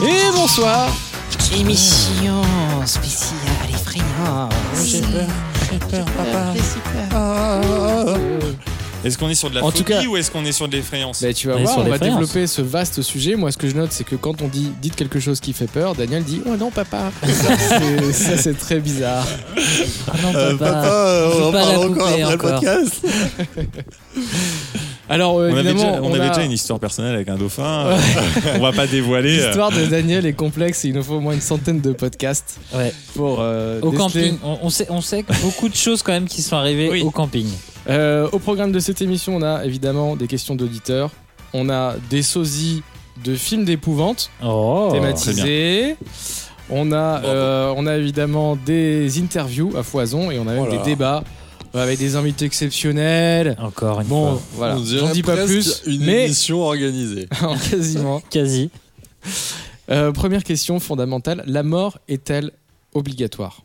Et bonsoir Émission spéciale effrayante. J'ai peur, j'ai peur, papa. Est-ce qu'on est sur de la En tout phobie cas- ou est-ce qu'on est sur de l'effrayance Mais tu vas On est voir, sur on va l'effrayance. développer ce vaste sujet. Moi, ce que je note, c'est que quand on dit dites quelque chose qui fait peur, Daniel dit oh non, papa. C'est- ça, c'est très bizarre. Ah non, Euh, papa. euh, Faut on en pas la parle encore couper après le encore. podcast. Alors, euh, on avait, évidemment, déjà, on avait a- déjà une histoire personnelle avec un dauphin. on va pas dévoiler. euh, L'histoire de Daniel est complexe et il nous faut au moins une centaine de podcasts Ouais. pour euh, Au déceler- camping, on, on sait, on sait que beaucoup de choses quand même qui sont arrivées Oui. au camping. Euh, au programme de cette émission, on a évidemment des questions d'auditeurs. On a des sosies de films d'épouvante Oh. thématisés. On a, euh, on a évidemment des interviews à foison et on a même Oh là des là. débats euh, avec des invités exceptionnels. Encore une Bon, fois. voilà, On j'en dirait dis pas presque plus, Une mais émission organisée. quasiment. Quasi. Euh, première question fondamentale la mort est-elle obligatoire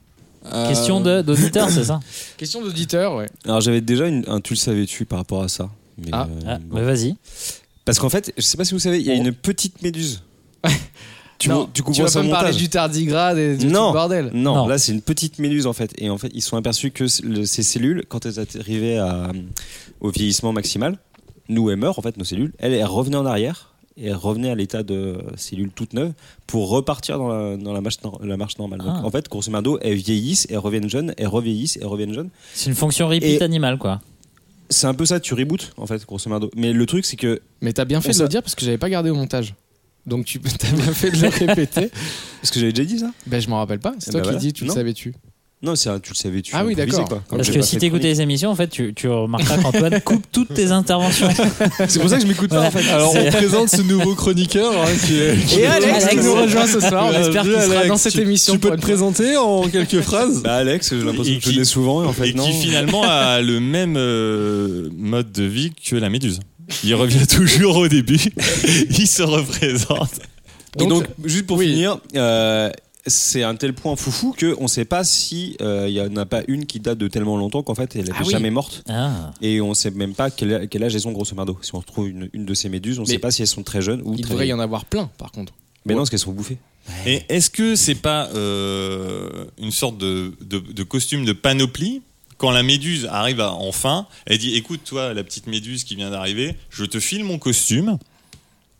Question de- d'auditeur, c'est ça Question d'auditeur, ouais. Euh, Alors j'avais déjà une- un tu le savais-tu par rapport à ça. mais, Ah. euh, Ah, bon. bah vas-y. Parce qu'en fait, je sais pas si vous savez, il y a Bon. une petite méduse. tu, Non, vois- tu tu comprends vas ça pas au me parler montage du tardigrade et du Non. tout bordel. non, Non. là c'est une petite méduse en fait. Et en fait, ils se sont aperçus que c- le- ces cellules, quand elles arrivaient à, au vieillissement maximal, nous elles meurent en fait, nos cellules, elles, elles revenaient en arrière et elles revenaient à l'état de cellules toutes neuves pour repartir dans la, dans la, marche, nor- la marche normale. Donc, Ah. en fait, grosso modo, elles vieillissent, elles reviennent jeunes, elles revieillissent, elles reviennent jeunes. C'est une fonction repeat Et- animale, quoi. C'est un peu ça, tu rebootes en fait, grosso modo. Mais le truc c'est que Mais t'as bien fait On de le s'a- dire parce que j'avais pas gardé au montage. Donc tu t'as bien fait de le répéter. Est-ce que j'avais déjà dit ça ben je m'en rappelle pas. C'est Eh toi ben qui voilà. dis, tu le Non. savais-tu Non, c'est un tu le savais, tu Ah oui, improvisé, d'accord. quoi, quand Parce j'ai que pas si fait de t'écoutais chronique. les émissions, en fait, tu, tu remarqueras qu'Antoine coupe toutes tes interventions. C'est pour ça que je m'écoute pas. Ouais. en fait. Alors on C'est- présente ce nouveau chroniqueur hein, qui est. qui est- Alex qui nous rejoint ce soir. On Euh, espère qu'il Alex, sera dans cette tu- émission. Tu peux pour te une fois. présenter en quelques phrases Bah, Alex, j'ai l'impression Et que je qui- l'ai souvent et en fait et non. qui finalement a le même euh, mode de vie que la méduse. Il revient toujours au début, il se représente. Et Donc, donc, juste pour oui. finir, euh, c'est un tel point foufou que on sait pas si euh, il y en a pas une qui date de tellement longtemps qu'en fait elle n'est Ah oui. jamais morte Ah. et on sait même pas quel, quel âge elles ont grosso modo. Si on retrouve une, une de ces méduses, on Mais- sait pas si elles sont très jeunes ou il très devrait y en avoir plein par contre. Mais non, parce qu'elles sont bouffées. Et est-ce que c'est pas euh, une sorte de, de- de costume de panoplie quand la méduse arrive à, enfin Elle dit écoute toi la petite méduse qui vient d'arriver, je te file mon costume.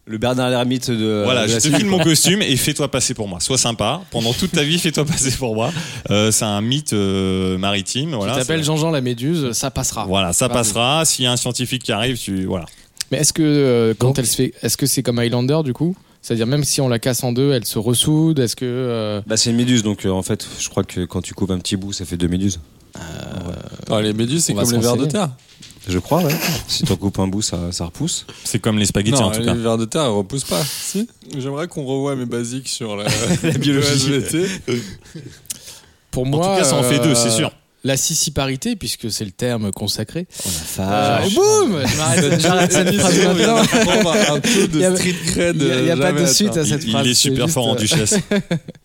Le Bernard l'ermite de Voilà, Euh, de je la te série, file quoi. mon costume et fais-toi passer pour moi. Sois sympa. Pendant toute ta vie, fais-toi passer pour moi. Euh, c'est un mythe euh, maritime. Voilà, tu C'est- t'appelles Jean-Jean la Méduse, ça passera. Voilà, ça Pardon. passera. S'il y a un scientifique qui arrive, tu. Voilà. Mais est-ce que euh, quand Donc- elle se fait, est-ce que c'est comme Highlander du coup C'est-à-dire même si on la casse en deux, elle se ressoude. Est-ce que euh, Bah c'est une méduse donc euh, en fait je crois que quand tu coupes un petit bout ça fait deux méduses. Ah, Les méduses, c'est On va comme se les vers de renseigner. terre. Je crois ouais. si t'en coupes un bout ça, ça repousse. C'est comme les spaghettis non, en tout cas. euh, les vers de terre, ils repoussent pas. Si J'aimerais qu'on revoie mes basiques sur la, biologie. le SVT. pour En moi, tout cas, ça en fait euh, deux, c'est sûr. La sissiparité, puisque c'est le terme consacré. Oh Vache. Euh, boum Je m'arrête- J'arrête cette phrase Émission, maintenant. il faut prendre un taux Ah, Il y a- de street cred. Il n'y a, pas de suite à Il, cette il phrase. est c'est super juste, fort en euh, duchesse.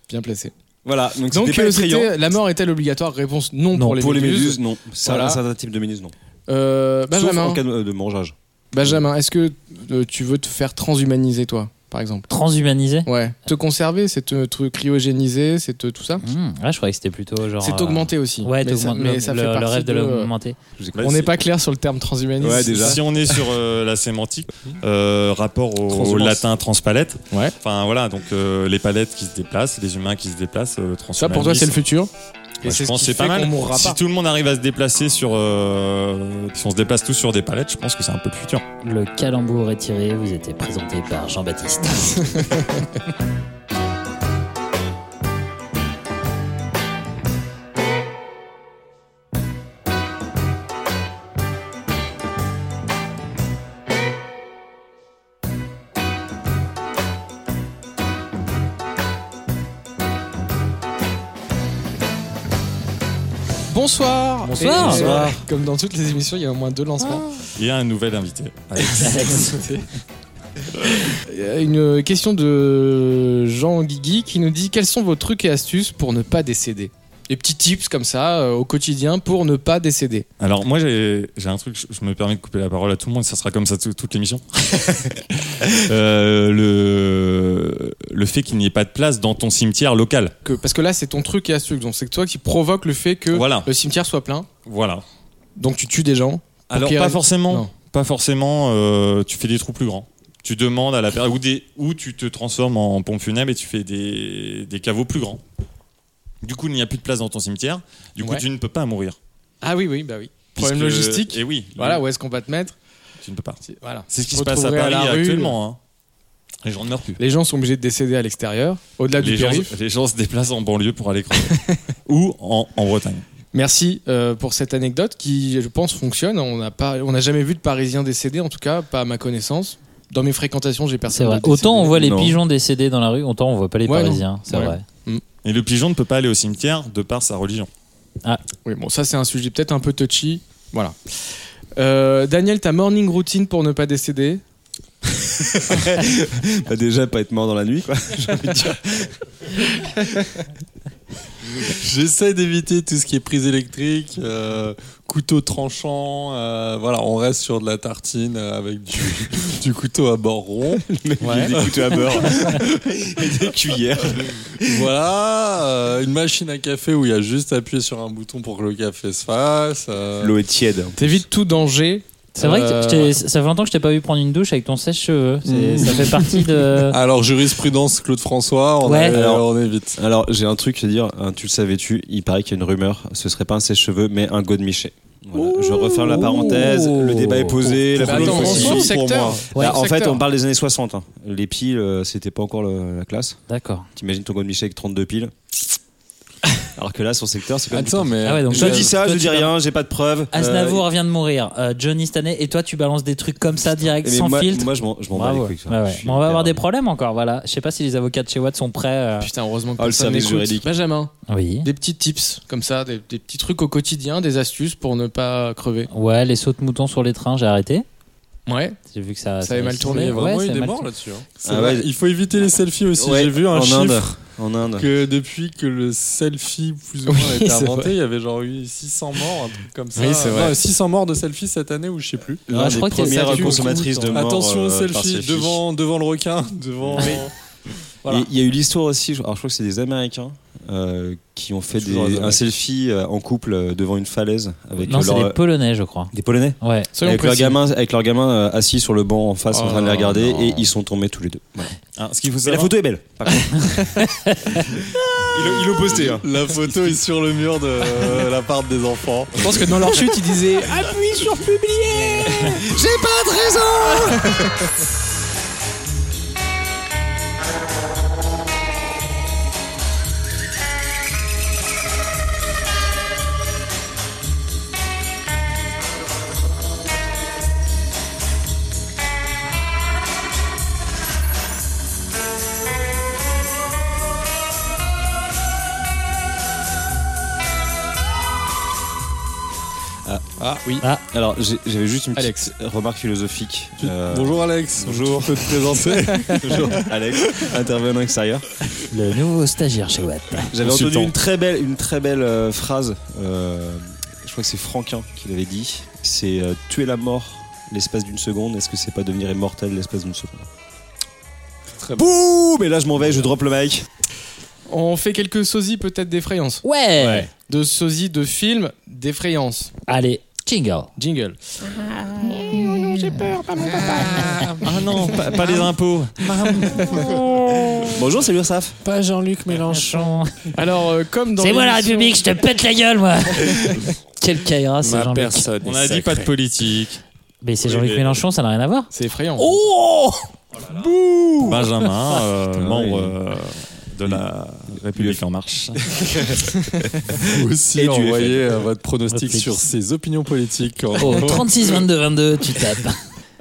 Bien placé. Voilà, donc, Donc c'était pas euh, effrayant. c'était la mort est-elle obligatoire Réponse non, Non, pour les Pour les méduses. méduses, non. C'est Voilà. un certain type de méduse, non. Euh, Sauf Benjamin, en cas de, de mangeage. Benjamin, est-ce que euh, tu veux te faire transhumaniser toi, par exemple Transhumanisé Ouais. Te conserver, c'est te, te cryogéniser, c'est te- tout ça. Hmm, Ah, je croyais que c'était plutôt genre. euh, C'est augmenter aussi. Ouais, mais ça, t'augmentes mais le, ça le- fait le partie rêve de, de, euh, l'augmenter. On n'est pas clair sur le terme transhumanisme. Ouais, déjà. Si on est sur euh, la sémantique, euh, rapport au, Transhumance. au latin transpalette. Ouais. Enfin voilà, donc euh, les palettes qui se déplacent, les humains qui se déplacent, euh, Ça pour toi c'est le futur. Ouais, je ce pense qui que c'est fait pas mal. qu'on mourra Si pas. tout le monde arrive à se déplacer sur, euh, si on se déplace tous sur des palettes, je pense que c'est un peu le futur. Le calembour est tiré, vous était présenté par Jean-Baptiste. Bonsoir. Bonsoir. Et- euh, Bonsoir. Comme dans toutes les émissions, il y a au moins deux lancements. Il y a un nouvel invité. Alex. Euh, Une question de Jean Guigui qui nous dit quels sont vos trucs et astuces pour ne pas décéder. des petits tips comme ça euh, au quotidien pour ne pas décéder. Alors moi j'ai j'ai un truc, je- je me permets de couper la parole à tout le monde, ça sera comme ça tout- toute l'émission. Euh, le, le fait qu'il n'y ait pas de place dans ton cimetière local. Que, parce que là, c'est ton truc et astuce. Donc, c'est toi qui provoque le fait que Voilà. le cimetière soit plein. Voilà. Donc, tu tues des gens. Alors qu'il pas reste- forcément, Non. pas forcément. euh, tu fais des trous plus grands. Tu demandes à la personne ou des ou tu te transformes en pompe funèbre et tu fais des, des caveaux plus grands. Du coup, il n'y a plus de place dans ton cimetière. Du coup, Ouais. tu ne peux pas mourir. Ah oui, oui, bah oui. Problème Puisque- logistique. Et oui. Voilà, où est-ce qu'on va te mettre Tu ne peux pas. C'est- Voilà. C'est ce qui Vous se passe à retrouverez Paris la rue. euh. actuellement. hein. Les gens ne meurent plus. Les gens sont obligés de décéder à l'extérieur, au-delà du les, gens, périph. les gens se déplacent en banlieue pour aller crever. Ou en, en Bretagne. Merci euh, pour cette anecdote qui, je pense, fonctionne. On n'a pas, on n'a jamais vu de Parisiens décédés, en tout cas, pas à ma connaissance. Dans mes fréquentations, j'ai C'est personne. vrai. de décédé. Autant on voit les Non. pigeons décédés dans la rue, autant on voit pas les Ouais, non. Parisiens. C'est Ouais. vrai. Et le pigeon ne peut pas aller au cimetière de par sa religion. Oui, bon, ça c'est un sujet peut-être un peu touchy. Voilà. Euh, Daniel, ta morning routine pour ne pas décéder Bah, déjà, pas être mort dans la nuit, quoi. J'essaie d'éviter tout ce qui est prise électrique, euh, couteau tranchant. euh, voilà, on reste sur de la tartine euh, avec du, du couteau à bord rond. Des couteaux à beurre. Et des cuillères. Voilà, euh, une machine à café où il y a juste à appuyer sur un bouton pour que le café se fasse. euh. L'eau est tiède. T'évites tout danger. C'est vrai que Euh, je t'ai- ça fait longtemps que je t'ai pas vu prendre une douche avec ton sèche-cheveux. C'est- Ça fait partie de. Alors, jurisprudence Claude François, on, Ouais. est, Alors- on est vite. Alors, j'ai un truc à dire. hein, tu le savais-tu Il paraît qu'il y a une rumeur. Ce serait pas un sèche-cheveux, mais un godemichet. Voilà. Je referme la parenthèse. Le débat est posé. la Bah, polémique attends, on aussi. sort le secteur. Ouais. Bah, en fait, Secteur. on parle des années 60. hein. Les piles, euh, c'était pas encore le- la classe. D'accord. T'imagines ton godemichet avec 32 piles Alors que là, son secteur, c'est quand même. Attends, mais. Ah ouais, donc Je toi- dis ça, toi, je tu dis vas- rien, j'ai pas de preuves. Euh, Aznavour vient de mourir, euh, Johnny Stanley, et toi tu balances des trucs comme ça direct, Euh, mais sans moi, filtre. Moi, je m'en je m'en bats les Bravo. couilles. ça. Ouais, ouais. Je suis Mais on va avoir des hyper- problèmes encore, voilà. Je sais pas si les avocats de chez Watt sont prêts. euh. Putain, heureusement que Ah, le personne service n'écoute. juridique. Benjamin, Oui. des petits tips comme ça, des, des petits trucs au quotidien, des astuces pour ne pas crever. Ouais, les sauts de moutons sur les trains, j'ai arrêté. Ouais. J'ai vu que ça. Ça avait mal tourné, Il y a vraiment ouais, eu ça des avait mal morts tourné. là-dessus. hein. C'est Ah vrai, ouais. Il faut éviter les selfies aussi. Ouais, J'ai vu un en chiffre Inde. En Inde. que depuis que le selfie plus ou moins a été c'est inventé, il y avait genre eu 600 morts, un truc comme ça. Oui, c'est vrai. Non, 600 morts de selfie cette année ou je sais plus. L'un Ah, je des crois qu'il y a premières ça, tu- consommatrices de mort, Attention euh, au par selfie selfie. devant, devant le requin, devant. Voilà. Et Il y a eu l'histoire aussi, je- alors je crois que c'est des Américains euh, qui ont fait Toujours des- les un Américains. selfie euh, en couple euh, devant une falaise avec Non, euh, c'est leur- des Polonais, je crois. des Polonais. Ouais. Soyons avec leur, précis. gamin, avec leur gamin euh, assis sur le banc en face en Oh, train de les regarder non. et ils sont tombés tous les deux. Voilà. Hein, ce qu'il faut Mais la savoir, photo est belle. par contre. il l'a posté. hein. La photo est sur le mur de euh, l'appart des enfants. Je pense que dans leur chute, ils disaient appuie sur publier. J'ai pas de raison. Ah. Ah, Alors j'ai- j'avais juste une petite Alex. remarque philosophique. Tu- Euh, Bonjour Alex. Bonjour. Je peux te présenter. Bonjour, Alex, intervenant extérieur. Le nouveau stagiaire chez Watt. J'avais Consultant. entendu une très belle, une très belle euh, phrase. euh, je crois que c'est Franquin qui l'avait dit. C'est euh, tuer la mort l'espace d'une seconde. Est-ce que c'est pas devenir immortel l'espace d'une seconde Très bien. Bouh Mais là je m'en vais, je drop le mic. On fait quelques sosies peut-être d'effrayance. Ouais. De sosies de films d'effrayance. Allez, jingle. Jingle. Ah non, pas, pas les impôts. Bonjour, c'est l'URSAF. Pas Jean-Luc Mélenchon. Alors, euh, comme dans C'est moi la l'émission- République, je te pète la gueule, moi. Quel caïra, c'est Jean-Luc. On a dit pas de politique. Mais c'est Oui, Jean-Luc mais- Mélenchon, ça n'a rien à voir. C'est effrayant. Oh Benjamin, euh, membre oui. euh, de la République en marche. Vous aussi Et du envoyez euh, votre Oh. pronostic Réflexe. sur ses opinions politiques. en- Oh, 36 22 22 tu tapes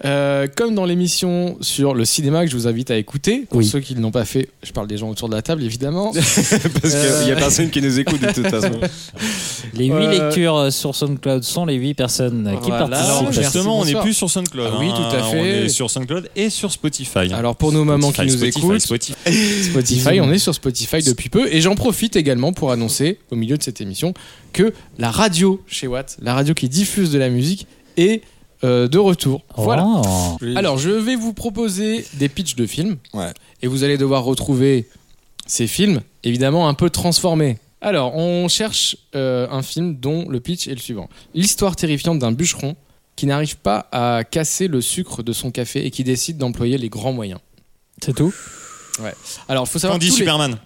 Euh, comme dans l'émission sur le cinéma que je vous invite à écouter, pour Oui. ceux qui ne l'ont pas fait, je parle des gens autour de la table évidemment. Parce qu'il n'y a personne qui nous écoute de toute façon. Les 8 Euh, lectures sur SoundCloud sont les 8 personnes qui Voilà. Là, Alors, Ah, participent. merci, justement, on n'est bonsoir. plus sur SoundCloud. Ah oui, hein. tout à fait. On est sur SoundCloud et sur Spotify. Alors pour nos mamans qui Spotify, nous Spotify, écoutent, Spotify. Spotify, on est sur Spotify depuis peu et j'en profite également pour annoncer au milieu de cette émission que la radio chez Watt, la radio qui diffuse de la musique, est euh, de retour. Voilà. Oh. Alors, je vais vous proposer des pitchs de films. Ouais. Et vous allez devoir retrouver ces films, évidemment un peu transformés. Alors, on cherche euh, un film dont le pitch est le suivant. L'histoire terrifiante d'un bûcheron qui n'arrive pas à casser le sucre de son café et qui décide d'employer les grands moyens. C'est tout Alors, faut savoir... Candy tous les- Superman.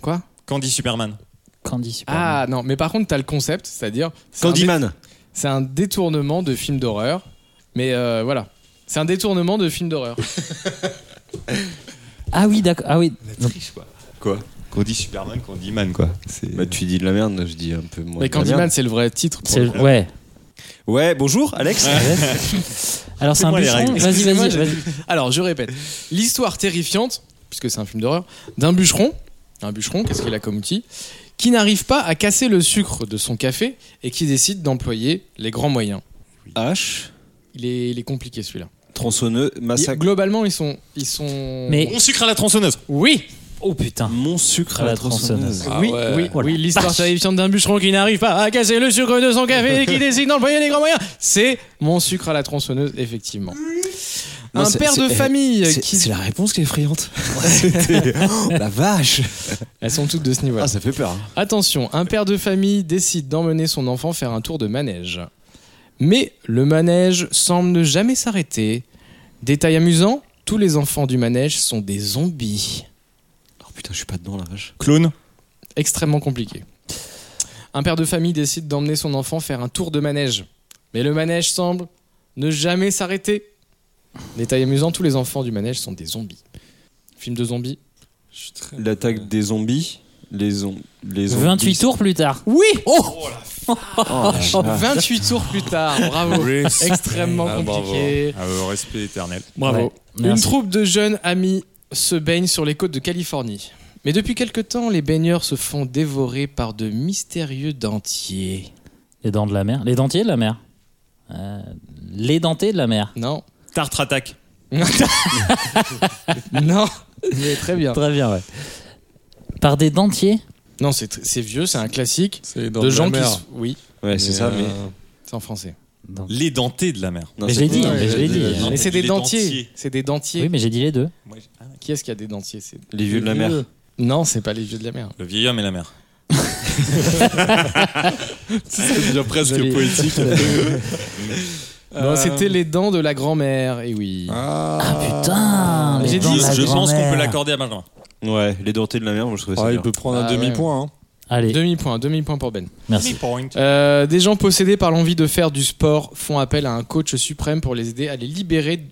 Quoi Candy Superman. Candy Superman. Ah non, mais par contre, t'as le concept, c'est-à-dire... c'est un dé- Candyman. C'est un détournement de film d'horreur. Mais euh, voilà. C'est un détournement de film d'horreur. Ah oui, d'accord. Ah oui. Candy Superman, Candyman, quoi. C'est- Bah, tu dis de la merde, je dis un peu moins. mais de la merde. Candyman, c'est le vrai titre. pour C'est- le coup. Ouais. Ouais, bonjour, Alex. Alors c'est un Fais-moi les bûcheron. règles. Vas-y, Excusez-moi, vas-y, j'ai- vas-y. Alors, je répète. L'histoire terrifiante, puisque c'est un film d'horreur, d'un bûcheron. Un bûcheron, qu'est-ce qu'il a comme outil Qui n'arrive pas à casser le sucre de son café et qui décide d'employer les grands moyens. H. Il est, il est compliqué celui-là. Tronçonneux, Il- massacre. globalement, ils sont. Ils sont... Mais On sucre à la tronçonneuse. Oui oh putain. Mon sucre à la tronçonneuse. Ah Oui, ouais. oui, Oh la oui, l'histoire vache. terrifiante d'un bûcheron qui n'arrive pas à casser le sucre de son café et qui décide d'employer les grands moyens. C'est mon sucre à la tronçonneuse, effectivement. Non, un c'est- père de c'est- famille C'est qui. c'est la réponse qui est effrayante. C'était- oh, la vache. Elles sont toutes de ce niveau-là. Ah, ça fait peur. Attention, un père de famille décide d'emmener son enfant faire un tour de manège. Mais le manège semble ne jamais s'arrêter. Détail amusant, tous les enfants du manège sont des zombies. Oh putain, je suis pas dedans, la vache. Clone. Extrêmement compliqué. Un père de famille décide d'emmener son enfant faire un tour de manège. Mais le manège semble ne jamais s'arrêter. Détail amusant, tous les enfants du manège sont des zombies. Film de zombies Je suis très- L'attaque des zombies. Les, zom- les zombies. 28 tours plus tard. Oui Ah. Oh, la vache. 28 tours plus tard, bravo Extrêmement Ah, bravo. compliqué. Ah, euh, respect éternel. Bravo. Ouais, merci. Une troupe de jeunes amis se baigne sur les côtes de Californie. Mais depuis quelque temps, les baigneurs se font dévorer par de mystérieux dentiers. Les dents de la mer. Les dentiers de la mer. Euh, les dentés de la mer. Non Tartre attaque. Non Mais très bien. Très bien, ouais. Par des dentiers Non, c'est tr- c'est vieux, c'est un classique C'est dans de gens la mer. qui. se- Oui, Ouais, c'est ça, mais. euh, c'est en français. Les dentés de la mer. Non, Mais c'est- je l'ai dit, Ouais, mais je ouais, l'ai Euh, ouais, dit. ouais. Mais c'est des les dentiers. dentiers. C'est des dentiers. Oui, mais j'ai dit les deux. Qui est-ce qui a des dentiers C'est- Les vieux de la mer. Non, c'est pas les vieux de la mer. Le vieil homme et la mer. C'est déjà presque Joli. poétique. Non, c'était les dents de la grand-mère. Et oui. Euh, Ah, Putain, les J'ai dents dit, de la je pense qu'on grand-mère. peut l'accorder à Benjamin. Ouais, les dentés de la mer, moi je trouvais ça. Ah, il bien. peut prendre un Ah, ouais. demi-point. hein. Allez, Demi-point, demi-point pour Ben. merci. Euh, des gens possédés par l'envie de faire du sport font appel à un coach suprême pour les aider à les libérer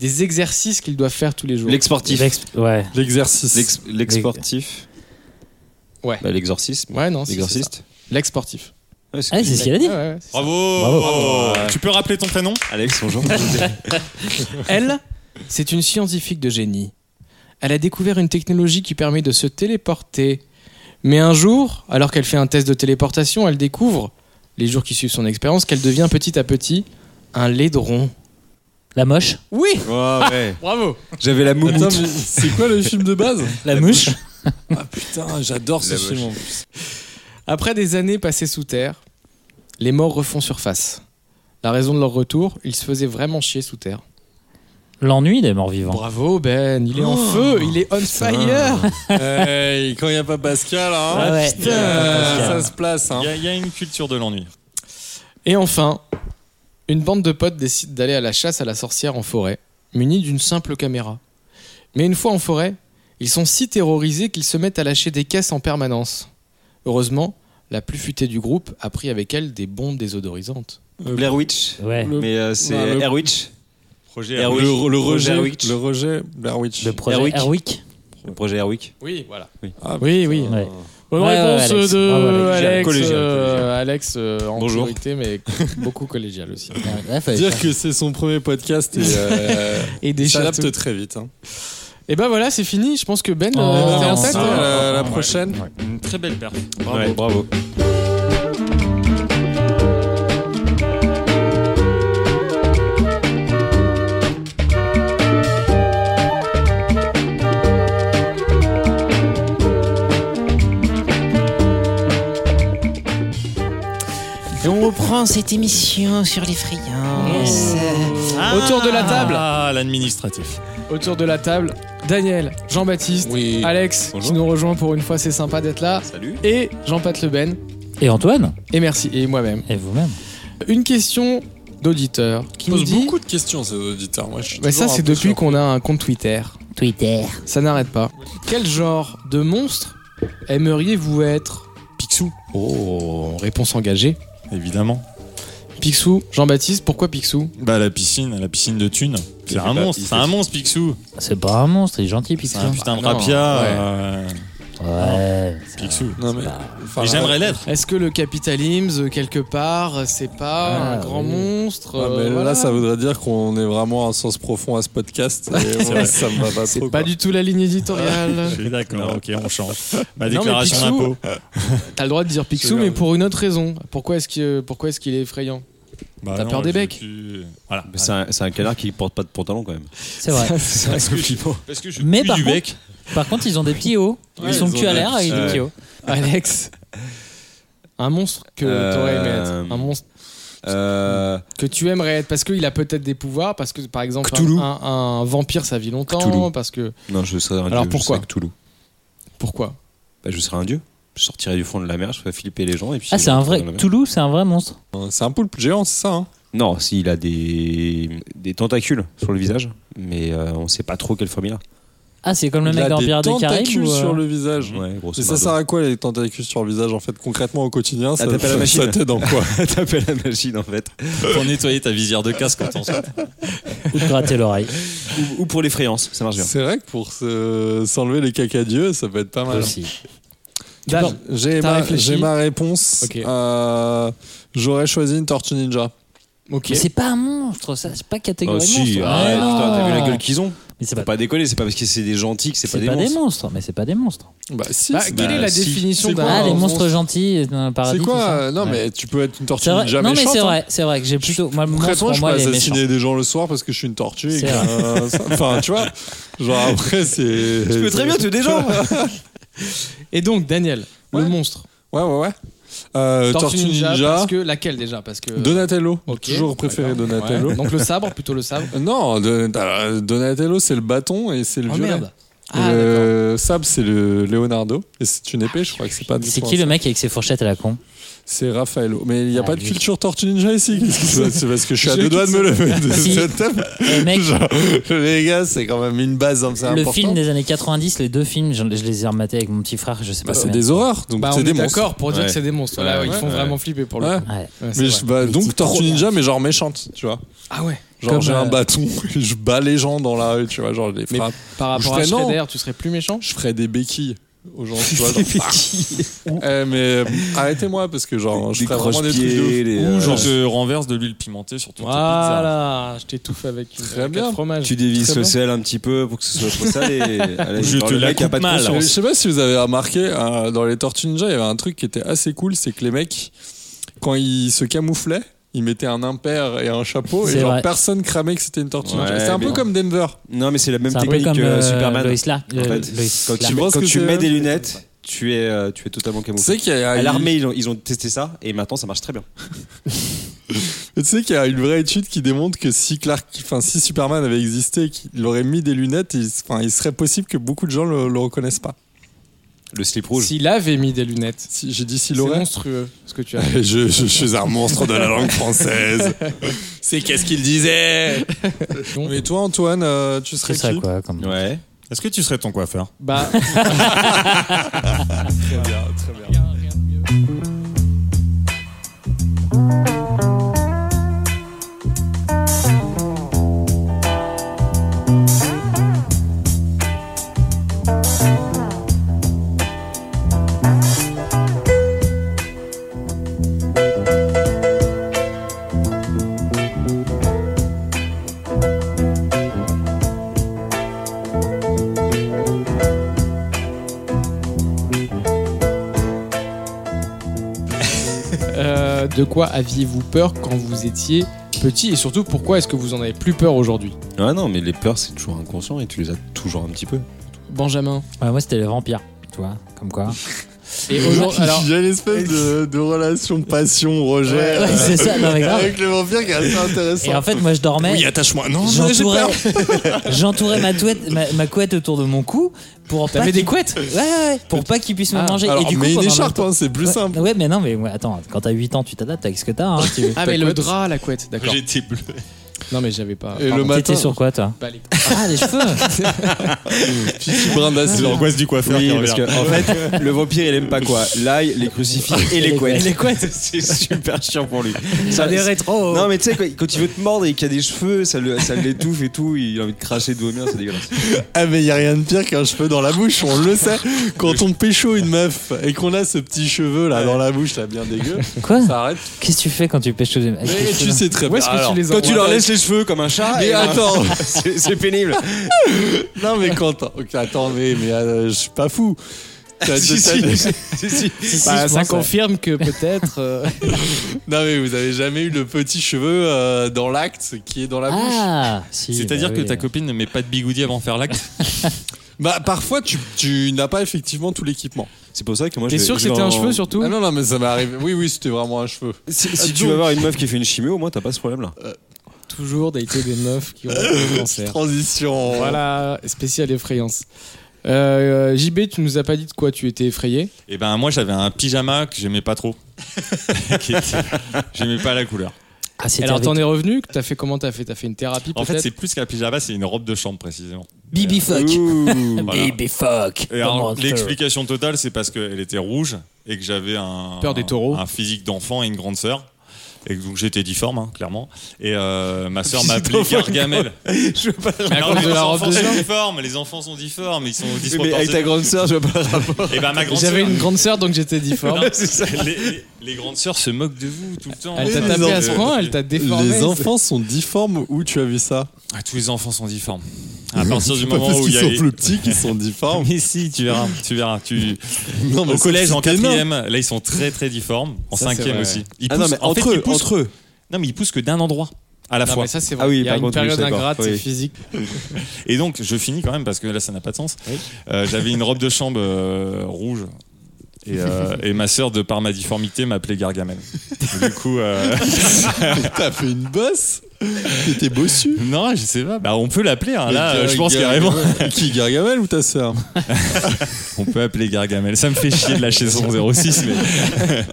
des exercices qu'ils doivent faire tous les jours. L'exportif. L'ex- Ouais. L'exercice. L'ex- L'exportif. Ouais. Bah, l'exorcisme. Ouais, non, si, c'est ça. L'exorciste. L'ex-sportif. Ouais, c'est- Ah, c'est ce qu'il a dit. Ouais, ouais, ouais, c'est ça. Bravo. Bravo. Ouais. Tu peux rappeler ton prénom Alex, bonjour. Elle, c'est une scientifique de génie. Elle a découvert une technologie qui permet de se téléporter. Mais un jour, alors qu'elle fait un test de téléportation, elle découvre, les jours qui suivent son expérience, qu'elle devient petit à petit un laidron. La moche Oui Ouais, ouais. Bravo J'avais la Attends, moumoute. mais c'est quoi le film de base La mouche Ah putain, j'adore ce La film. en Après des années passées sous terre, les morts refont surface. La raison de leur retour, ils se faisaient vraiment chier sous terre. L'ennui des morts vivants. Bravo Ben, il est en Oh, feu, il est on fire plus. hey, Euh, quand il n'y a pas Pascal, hein, Ah ouais. putain, Y a pas Pascal. ça se place. Hein. Il y, a- il y a une culture de l'ennui. Et enfin, une bande de potes décide d'aller à la chasse à la sorcière en forêt, munie d'une simple caméra. Mais une fois en forêt, ils sont si terrorisés qu'ils se mettent à lâcher des caisses en permanence. Heureusement, la plus futée du groupe a pris avec elle des bombes désodorisantes. Blair Witch. Ouais. Le- Mais euh, c'est Ouais, le- Air Witch. Projet Air Le, Witch. Oh, le rejet, Blair Witch. le rejet, Blair Witch. Le projet Erwick. Erwick. Le projet Airwick. Oui, voilà. Ah, Oui, oui. Ouais. Bonne Ouais, ouais, réponse Alex. de Bravo, Alex. Alex. Collégial, euh, Alex euh, en Bonjour. priorité, mais beaucoup collégial aussi. Ouais, fallait Dire faire. que c'est son premier podcast et euh, Et il des s'adapte très vite. hein. Et ben voilà, c'est fini. Je pense que Ben, Oh, euh, t'es en non, tête. ça hein va. Euh, la ouais. prochaine. Une très belle perte. Bravo. bravo. Et on reprend cette émission sur les friances. Autour de la table. Ah, l'administratif. Ah. Autour de la table, Daniel, Jean-Baptiste, Oui. Alex Bonjour. qui nous rejoint pour une fois. C'est sympa d'être là. Salut. Et Jean-Pat Le Ben. Et Antoine Et merci. Et moi-même. Et vous-même Une question d'auditeur qui Ils nous posent dit. beaucoup hein, de questions, ces auditeurs. Moi, je suis Bah, ça, toujours un c'est peu depuis surpris. qu'on a un compte Twitter. Twitter. Ça n'arrête pas. Quel genre de monstre aimeriez-vous être Picsou. Oh, réponse engagée. Évidemment. Picsou, Jean-Baptiste, pourquoi Picsou Bah, la piscine, la piscine de Thunes. C'est fait un pas- monstre, il c'est fait- un monstre, Picsou. C'est pas un monstre, il est gentil, C'est Picsou. un putain Ah, de non, rapia. ouais. euh, Ouais. Picsou. Non, mais- Bah, Et Enfin, j'aimerais l'être. Est-ce que le capitalisme, quelque part, c'est pas Ah, un grand oui. monstre Ouais, euh, Ah, mais voilà là, ça voudrait dire qu'on est vraiment un sens profond à ce podcast. Et moi, vrai. ça me va pas C'est trop. pas quoi. du tout la ligne éditoriale. Ah, Je suis d'accord, ok, on change. Ma Non, mais déclaration Picsou- d'impôt. T'as le droit de dire Picsou, mais pour une autre raison. Pourquoi est-ce que- pourquoi est-ce qu'il est, effrayant Bah T'as non, peur des je becs pue- Voilà. C'est un, c'est un canard qui porte pas de pantalon quand même. C'est vrai. C'est un compliment. Parce que je Mais pue par du contre- bec. Par contre, ils ont des petits hauts. Ouais, ils sont ils cul ont à des- l'air avec des Ouais. petits hauts. Alex Un monstre que t'aurais aimé être. Un monstre Euh, que tu aimerais être. Parce qu'il a peut-être des pouvoirs. Parce que, par exemple, un, Cthulhu. un- un vampire, ça vit longtemps. Cthulhu. Parce que. non, je serais un Alors dieu. pourquoi je serais Cthulhu. Pourquoi Bah, je serais un dieu. Je sortirais du fond de la mer, je ferais flipper les gens. Et puis Ah, c'est je un vrai. rentrerais dans la mer. Toulouse, c'est un vrai monstre. C'est un poulpe géant, c'est ça. hein Non, s'il a des, des tentacules sur le visage, mais euh, on sait pas trop quelle forme il a. Ah, c'est comme le Il mec a dans des Pierre des Caraïbes. tentacules ou, euh, sur le visage. Ouais, grosso Mais ça merdo. sert à quoi les tentacules sur le visage en fait concrètement au quotidien ça, taper à la ça- machine. ça t'aide en quoi T'appelles la machine en fait. Pour nettoyer ta visière de casque quand on sort. Ou de gratter l'oreille. Ou, ou pour l'effrayance, ça marche bien. C'est vrai que pour se- s'enlever les cacadieux ça peut être pas mal. Aussi. J'ai- Dan, J'ai t'as ma, réfléchi j'ai ma réponse. Ok. Euh, J'aurais choisi une tortue ninja. Ok. Mais c'est pas un monstre, ça. C'est pas catégorie Oh, si, monstre. arrête, Mais non. putain, t'as vu la gueule qu'ils ont Mais hein. Ah. c'est Faut pas, pas décoller, c'est pas parce que c'est des gentils que c'est pas, c'est des pas des monstres. monstres. Mais c'est pas des monstres. Bah si. Bah, c'est- quelle est la si. définition C'est d'un quoi, Ah, les on monstres se- gentils dans le paradis. c'est tout quoi ça. euh, Non Ouais. mais tu peux être une tortue C'est vrai- ninja Non, mais méchante. c'est hein. vrai, c'est vrai que j'ai plutôt. Moi, le monstre, Concrètement, pour je moi, peux il est méchant. assassiner des gens le soir parce que je suis une tortue. et C'est que, vrai. euh, ça- Enfin, tu vois, genre après, c'est. Tu peux très bien tuer Euh, des gens Et donc, Daniel, le Ouais. monstre. Ouais, ouais, ouais. Euh, Tortue, Ninja. Ninja. Parce que laquelle déjà Parce que. Donatello. Euh, Ok, Toujours préféré d'accord. Donatello. Ouais. Donc le sabre, plutôt le sabre. Non, Don- euh, Donatello, c'est le bâton et c'est le Oh violet. merde. Ah, Et d'accord. le sable, c'est le Leonardo. Et c'est une épée, je crois que c'est pas du C'est tout qui un le sabre. mec avec ses fourchettes à la con C'est Raffaello. Mais il n'y a Ah, pas de lui. culture Tortue Ninja ici. Qu'est-ce qui se passe C'est parce que je suis à Je deux doigts de me lever de Si. cette table. Eh, mec, Genre, les gars, c'est quand même une base, hein, c'est le important. film des années 90, les deux films, je, je les ai rematés avec mon petit frère, je sais pas. Bah, c'est combien. des horreurs, donc Bah, on c'est est des monstres. d'accord pour dire Ouais. que c'est des monstres. Ouais, Là, ouais, ils font ouais. vraiment flipper pour le Ouais. coup. Ouais. Ouais, c'est Mais vrai. je- bah, donc Tortue trop Ninja, mais genre méchante, tu vois. Ah ouais. Genre Comme, j'ai un euh, bâton, et je bats les gens dans la rue, tu vois, genre je les Mais frappe. Par Je rapport à ferais non. Shredder, tu serais plus méchant Je ferais des béquilles aux gens, tu vois, genre, Eh, mais euh, arrêtez-moi parce que genre je ferais vraiment des trucs de ouf. des euh, Ou genre, je renverse de l'huile pimentée sur ton Voilà, je t'étouffe avec une Très avec bien. un fromage. Tu dévisses Très le bien. sel un petit peu pour que ce soit trop sale et. Allez, Je genre, te le la mec a coupe pas de mal. conscience. Euh, Je sais pas si vous avez remarqué, euh, dans les Tortues Ninja, il y avait un truc qui était assez cool, c'est que les mecs, quand ils se camouflaient, ils mettaient un impair et un chapeau, et C'est genre vrai. personne cramait que c'était une Tortue Ninja. Ouais, C'est un mais peu non. comme Denver. Non, mais c'est la même C'est un peu technique comme que euh, Superman. Lois Lane. En Euh, fait, Lois quand tu, Lane. penses quand que tu c'est- mets des lunettes, tu es, euh, tu es totalement Tu camouflé. sais qu'il y a À une- l'armée, ils ont, ils ont testé ça et maintenant ça marche très bien. Tu sais qu'il y a une vraie étude qui démontre que si Clark, enfin si Superman avait existé, qu'il aurait mis des lunettes, il, enfin, il serait possible que beaucoup de gens le, le reconnaissent pas. Le slip rouge. S'il avait mis des lunettes, Si, J'ai dit c'est s'il aurait. monstrueux ce que tu as. Je, je suis un monstre de la langue française. C'est qu'est-ce qu'il disait Mais toi, Antoine, euh, tu C'est serais ça qui quoi comme Ouais. pizza. Est-ce que tu serais ton coiffeur Bah, Très bien, très bien. Euh, de quoi aviez-vous peur quand vous étiez petit et surtout pourquoi est-ce que vous en avez plus peur aujourd'hui Ah non, mais les peurs, c'est toujours inconscient et tu les as toujours un petit peu. Benjamin. Ouais, moi, c'était le vampire. Tu vois, comme quoi. Et aujourd'hui, alors, J'ai une espèce de, de relation passion Roger Ouais, euh, c'est ça, non, mais grave. avec le vampire qui est assez intéressant. Et en fait, moi, je dormais. oui, attache-moi. Non, non, j'ai J'entourais peur. j'entourais ma, touette- ma, ma couette autour de mon cou pour pas T'avais des qu'il- couettes ouais, ouais, ouais, pour pas qu'il puisse me Ah, manger et Alors, du coup mais pendant une le écharpe, temps- hein, c'est plus ouais, simple. ouais mais non mais ouais, attends quand t'as 8 ans tu t'adaptes avec ce que t'as hein, tu- ah mais le couette. drap, la couette, d'accord. J'étais bleu. Non mais j'avais pas. Et pardon. le matin, t'étais sur quoi toi Bah, les- ah les cheveux petit brin C'est d'acier. l'angoisse du coiffeur Oui, qui parce revient. que en fait, le vampire, il aime pas quoi L'ail, les crucifix et les couettes. Et les couettes. c'est super chiant pour lui. Ça, ça les rétro Non mais tu sais quand- quand il veut te mordre et qu'il y a des cheveux, ça le- ça l'étouffe et tout, il a envie de cracher de vomir, c'est dégueulasse. Ah mais y a rien de pire qu'un cheveu dans la bouche, on le sait. Quand on pécho une meuf et qu'on a ce petit cheveu là dans la bouche, là bien dégueu, quoi ça arrête. qu'est-ce que tu fais quand tu pêches avec tes Mais tu cheveux sais très Où bien. est-ce que tu les Quand tu leur envoies laisses les cheveux comme un chat, Mais et ben, attends, c'est c'est pénible. non mais quand ok, attends mais mais euh, je suis pas fou. T'as- Si, t'as- si, si, si. Si, ça Bah, je pense, confirme que peut-être. euh, Non mais vous avez jamais eu le petit cheveu euh, dans l'acte qui est dans la bouche. ah si C'est-à-dire bah que oui. ta copine ne met pas de bigoudi avant de faire l'acte Bah parfois tu, tu n'as pas effectivement tout l'équipement. C'est pour ça que moi je T'es vais- sûr que je vais c'était en- un cheveu surtout Ah non non mais ça m'est arrivé. Oui oui c'était vraiment un cheveu. Si, si Ah, tu donc. vas voir une meuf qui fait une chimio, au moins t'as pas ce problème là. Toujours dater des meufs qui ont le cancer. Transition. Voilà, spécial effrayance. Euh, JB, tu nous as pas dit de quoi tu étais effrayé. Et ben moi j'avais un pyjama que j'aimais pas trop. Qui était- j'aimais pas la couleur. ah c'était Alors avec t'en es revenu T'as fait comment T'as fait T'as fait une thérapie En fait peut-être c'est plus qu'un pyjama, c'est une robe de chambre précisément. Bibi fuck Voilà. Bibi fuck Et alors, Monster. l'explication totale, c'est parce qu'elle était rouge et que j'avais un, Peur des taureaux. un physique d'enfant et une grande sœur. Et que donc j'étais difforme, hein, clairement. Et euh, ma sœur m'a appelé Gargamel. Je veux pas à Non, cause mais de les la robe enfants de sont chambre difformes, les enfants sont difformes, ils sont Mais avec ta disproportionnés. grande sœur, je vois pas le rapport. Et ben ma grande J'avais sœur- une grande sœur donc j'étais Non, difforme. C'est ça. les, les- les grandes sœurs se moquent de vous tout le temps. Elle t'a les tapé à enfants. ce point, elle t'a déformé. Les enfants sont difformes où tu as vu ça Ah, tous les enfants sont difformes. À partir du Pas moment parce où il qu'ils y a sont les- plus petits qu'ils sont difformes. Mais si, tu verras, tu verras. Tu... Non, mais Au c'est- collège, en c'est énorme. quatrième, là, ils sont très très difformes. En Ça, c'est cinquième vrai. aussi. Ils Ah non poussent- mais en entre fait, ils eux, poussent- entre eux. Non, mais ils poussent que d'un endroit à la Non, fois. mais ça c'est vrai. Ah oui, il y a par une contre, oui, période d'accord, ingrate, c'est oui. physique. Et donc, je finis quand même parce que là, ça n'a pas de sens. Oui. Euh, J'avais une robe de chambre euh, rouge. Et, euh, et ma sœur, de par ma difformité, m'appelait Gargamel. Du coup, euh, T'as fait une bosse T'étais bossu non, je sais pas. Bah, on peut l'appeler. Ah hein, Mais là, Gar- je pense Gar- carrément. Qui Gargamel ou ta sœur On peut appeler Gargamel. Ça me fait chier de lâcher son 06, mais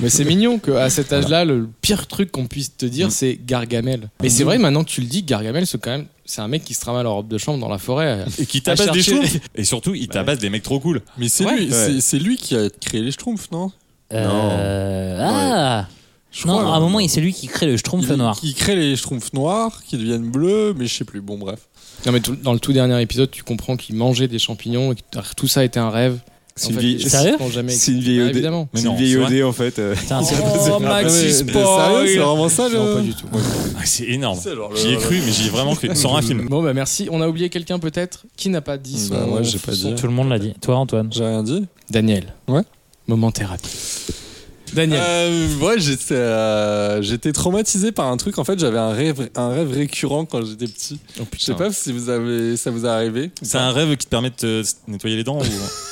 Mais c'est mignon qu'à cet âge-là, le pire truc qu'on puisse te dire, c'est Gargamel. Mais c'est vrai, maintenant que tu le dis, Gargamel, c'est quand même, c'est un mec qui se trimballe en robe de chambre dans la forêt. et qui tabasse des chercher- choses. Et surtout, il tabasse des mecs trop cool. Mais c'est Ouais. lui, Ouais. c'est- c'est lui qui a créé les schtroumpfs, non Euh, ah Je non crois. à un moment il- c'est lui qui crée le schtroumpf Il- noir Qui crée les schtroumpfs noirs, qui deviennent bleus, mais je sais plus. Bon, bref. Non, mais tout- dans le tout dernier épisode, tu comprends qu'il mangeait des champignons et que t- tout ça était un rêve. C'est En une fait, vieille- ils Sérieux seront jamais- c'est une vieille Ah, OD. évidemment. Mais C'est une non, vieille c'est OD en fait. euh. Ah. Putain, c'est- Maxi Sérieux, c'est vraiment ça le. Oh, Non, pas du tout. Ah, C'est énorme. C'est genre le- J'y ai cru, mais j'y ai vraiment cru. Sans un film. Bon, bah merci. On a oublié quelqu'un peut-être qui n'a pas dit son. Bah, moi, j'ai pas dit. tout le monde l'a dit toi Antoine J'ai rien dit. Daniel. Ouais. Moment thérapie. Daniel. Euh, moi, j'étais, euh, j'étais traumatisé par un truc. En fait, j'avais un rêve, un rêve récurrent quand j'étais petit. Oh, Je sais putain. pas si vous avez, ça vous est arrivé. C'est un rêve qui te permet de te nettoyer les dents ou...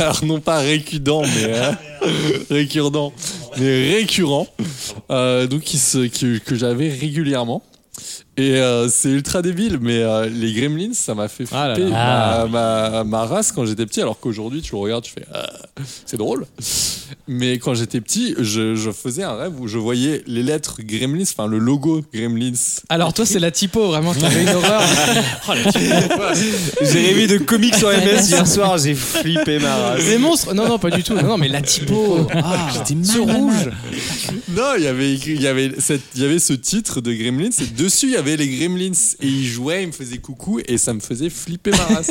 Alors non pas récudent, mais euh, récurrent, mais récurrent. Euh, donc qui se, qui- que j'avais régulièrement. Et euh, c'est ultra débile, mais euh, les Gremlins, ça m'a fait flipper Ah là Ah. là. Ma, ma- ma race quand j'étais petit, alors qu'aujourd'hui tu le regardes, tu fais Ah, c'est drôle. Mais quand j'étais petit, je, je faisais un rêve où je voyais les lettres Gremlins, enfin le logo Gremlins Alors toi, c'est la typo, vraiment. T'avais une horreur. J'ai rêvé de comics en MS hier soir, j'ai flippé ma race. Les monstres. Non, non, pas du tout. Non, non, mais la typo. Ah, ce rouge. Non, il y avait écrit- il y avait cette, il y avait ce titre de Gremlins et dessus il y avait les Gremlins et ils jouaient, ils me faisaient coucou et ça me faisait flipper ma race.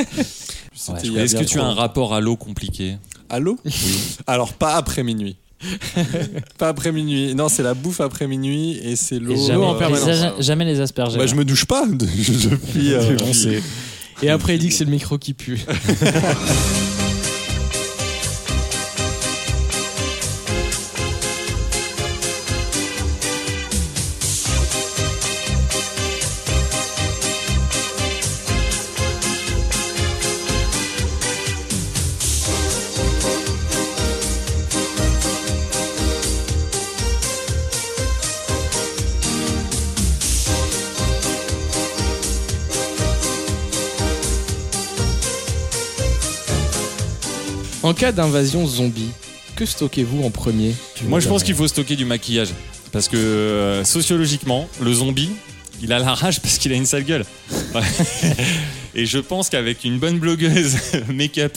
C'était il y a Est-ce que bien tu as un longtemps. rapport à l'eau compliqué allô Alors pas après minuit. pas après minuit. Non, c'est la bouffe après minuit et c'est l'eau Et jamais, en les permanence. as- jamais les asperges Bah, je me douche pas de- depuis. euh, On sait. Et après, il dit que c'est le micro qui pue. En cas d'invasion zombie, que stockez-vous en premier Moi, je pense qu'il faut stocker du maquillage. Parce que euh, sociologiquement, le zombie, il a la rage parce qu'il a une sale gueule. et je pense qu'avec une bonne blogueuse make-up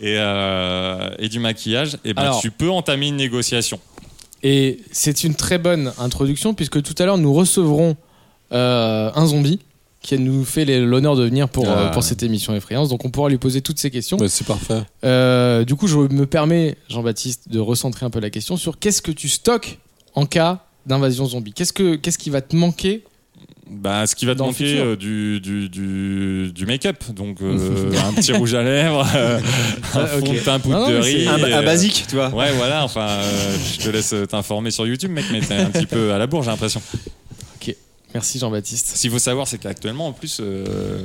et, euh, et du maquillage, eh ben, Alors- tu peux entamer une négociation. Et c'est une très bonne introduction puisque tout à l'heure nous recevrons euh, un zombie qui nous fait les- l'honneur de venir pour, euh, Ah. pour cette émission Effrayance. Donc on pourra lui poser toutes ces questions. Bah, c'est parfait. Euh, du coup, je me permets, Jean-Baptiste, de recentrer un peu la question sur qu'est-ce que tu stockes en cas d'invasion zombie Qu'est-ce que qu'est-ce qui va te manquer Bah, ce qui va te Dans le manquer futur. euh, du, du, du, du make-up. Donc, euh, un petit rouge à lèvres, euh, un Ah, ok. fond de teint poudre Non, non, de mais c'est- riz. Un, et, un euh, basique, tu vois. Ouais, voilà, enfin, euh, je te laisse t'informer sur YouTube, mec, mais t'es un petit peu à la bourre, j'ai l'impression. Merci, Ce Jean-Baptiste. qu'il faut savoir, c'est qu'actuellement, en plus, euh,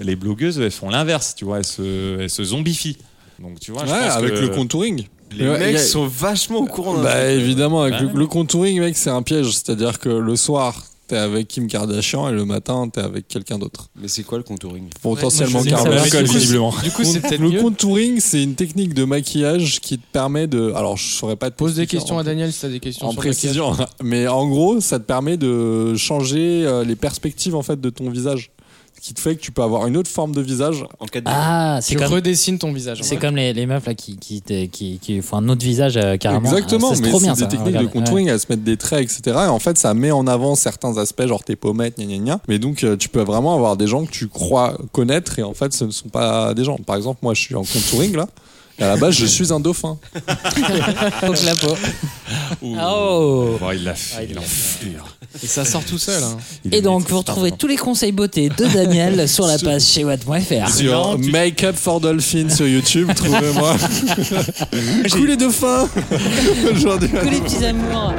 les blogueuses, elles font l'inverse, tu vois, elles se, elles se zombifient. Donc, tu vois, Ouais, je pense avec que le contouring. Les Ouais, mecs y a- sont vachement au courant. d'un Bah truc. évidemment, avec le, Ouais. le contouring, mec, c'est un piège. C'est-à-dire que le soir, t'es avec Kim Kardashian et le matin, t'es avec quelqu'un d'autre. Mais c'est quoi le contouring Potentiellement je sais que ça Carbo- va, Kardashian. l'alcool, c'est- visiblement. Du coup, c'est peut-être le mieux. contouring, c'est une technique de maquillage qui te permet de. Alors, je saurais pas te Pose des t'expliquer questions en- à Daniel si t'as des questions. En sur le maquillage. précision, mais en gros, ça te permet de changer euh, les perspectives en fait de ton visage, ce qui te fait que tu peux avoir une autre forme de visage. En cas de. Ah, c'est Tu comme, redessines ton visage. hein. c'est comme les, les meufs là qui, qui, te- qui, qui font un autre visage euh, carrément. Exactement, Ah, c'est mais trop c'est bien des ça, techniques regarde. de contouring à se mettre des traits, etc. Et en fait, ça met en avant certains aspects, genre tes pommettes, gna gna gna. Mais donc, euh, tu peux vraiment avoir des gens que tu crois connaître et en fait, ce ne sont pas des gens. Par exemple, moi, je suis en contouring là. Et à la base, je suis un dauphin. Donc la peau. Ouh. Oh. Bon, il l'a fait, Ah, il il l'a en fait. Et ça sort tout seul. hein. Il Et est donc, maître, vous retrouvez tous les conseils beauté de Daniel sur la page chez Watt.fr. C'est marrant, Sur tu- Make Up for Dolphin sur YouTube, trouvez-moi. Coucou les dauphins Aujourd'hui, Que les petits amours.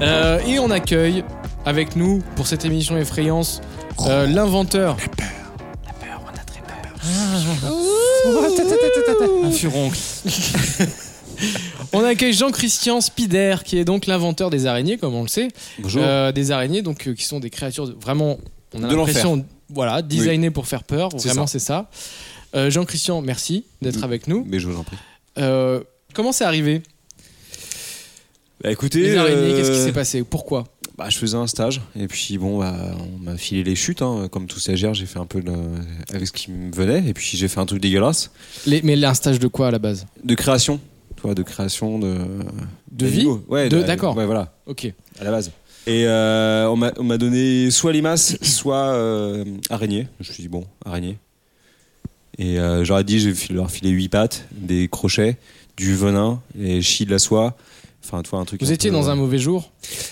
Euh, et on accueille avec nous pour cette émission effrayance euh, l'inventeur. Un furoncle. On accueille Jean-Christian Spider qui est donc l'inventeur des araignées, comme on le sait. Bonjour. Euh, des araignées donc euh, qui sont des créatures de- vraiment on a De l'impression voilà designées pour faire peur C'est vraiment c'est ça, Euh, Jean-Christian merci d'être Mm. avec nous Mais je vous en prie. Euh, comment c'est arrivé Bah écoutez. les araignées qu'est-ce qui euh, s'est passé pourquoi Bah, je faisais un stage et puis bon bah, on m'a filé les chutes hein. comme tout stagiaire j'ai fait un peu de- avec ce qui me venait et puis j'ai fait un truc dégueulasse Les- mais là, un stage de quoi à la base de création tu vois de création de de vie d'animaux. ouais De- de- d'accord. ouais voilà ok à la base et euh, on m'a on m'a donné soit limace soit euh, araignée je me suis dit bon araignée et euh, j'aurais dit je vais fil- leur filer 8 pattes des crochets du venin et chi de la soie enfin tu vois un truc vous étiez peu- euh, dans un mauvais jour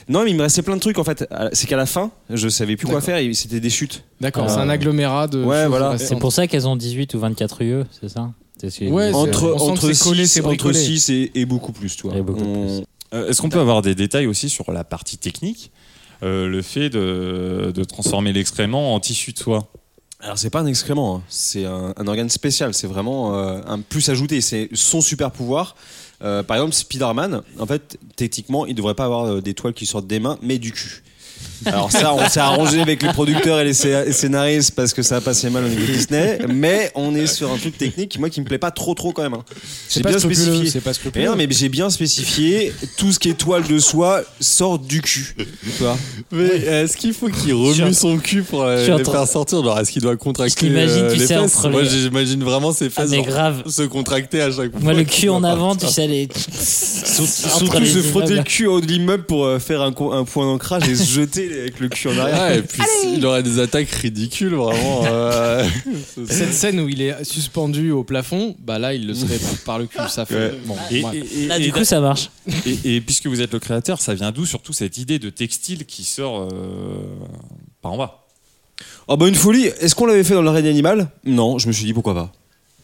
non mais il me restait plein de trucs en fait À- c'est qu'à la fin je savais plus quoi D'accord. faire et c'était des chutes d'accord Ah. c'est un agglomérat de Euh, Ouais, choses voilà. récentes. C'est pour ça qu'elles ont 18 ou 24 UE, c'est ça C'est ce que- Ouais, c'est- entre, on sent que entre, c'est collé, 6, c'est entre bricolé. 6 et, et beaucoup plus, tu vois. Et beaucoup On- plus. Euh, Est-ce qu'on peut avoir des détails aussi sur la partie technique Euh, Le fait de, de transformer l'excrément en tissu de soie. Alors, c'est pas un excrément, hein. c'est un, un organe spécial, c'est vraiment euh, un plus ajouté, c'est son super pouvoir. Euh, par exemple, Spider-Man, en fait, techniquement, il devrait pas avoir euh, des toiles qui sortent des mains, mais du cul. Alors ça, on s'est arrangé avec les producteurs et les scé- et scénaristes parce que ça a passé mal au niveau Disney, mais on est sur un truc technique qui, moi, qui me plaît pas trop trop quand même. hein. c'est J'ai pas bien scrupuleux spécifié. c'est pas Mais scrupuleux non, mais j'ai bien spécifié, tout ce qui est toile de soie sort du cul. Tu vois Mais euh, est-ce qu'il faut qu'il Je suis remue en- son cul pour euh, je les suis en train- faire sortir Genre, est-ce qu'il doit Je contracter l'imagine, euh, tu les sais, fesses entre les- Moi, j'imagine vraiment ses Ah, fesses mais genre, grave. se contracter à chaque fois. Moi, le cul en avant, tu sais. sais, les. Surtout se frotter le cul en haut de l'immeuble pour euh, faire un, co- un point d'ancrage et se jeter avec le cul en arrière. Ouais, et puis il aurait des attaques ridicules, vraiment. euh, cette scène où il est suspendu au plafond bah là il le serait par le cul ça fait Ouais. bon, Et, bref. et- et- Là, et du coup, ça marche. Et, et puisque vous êtes le créateur, ça vient d'où surtout cette idée de textile qui sort euh, par en bas Oh bah une folie, est-ce qu'on l'avait fait dans le règne animal Non, je me suis dit pourquoi pas.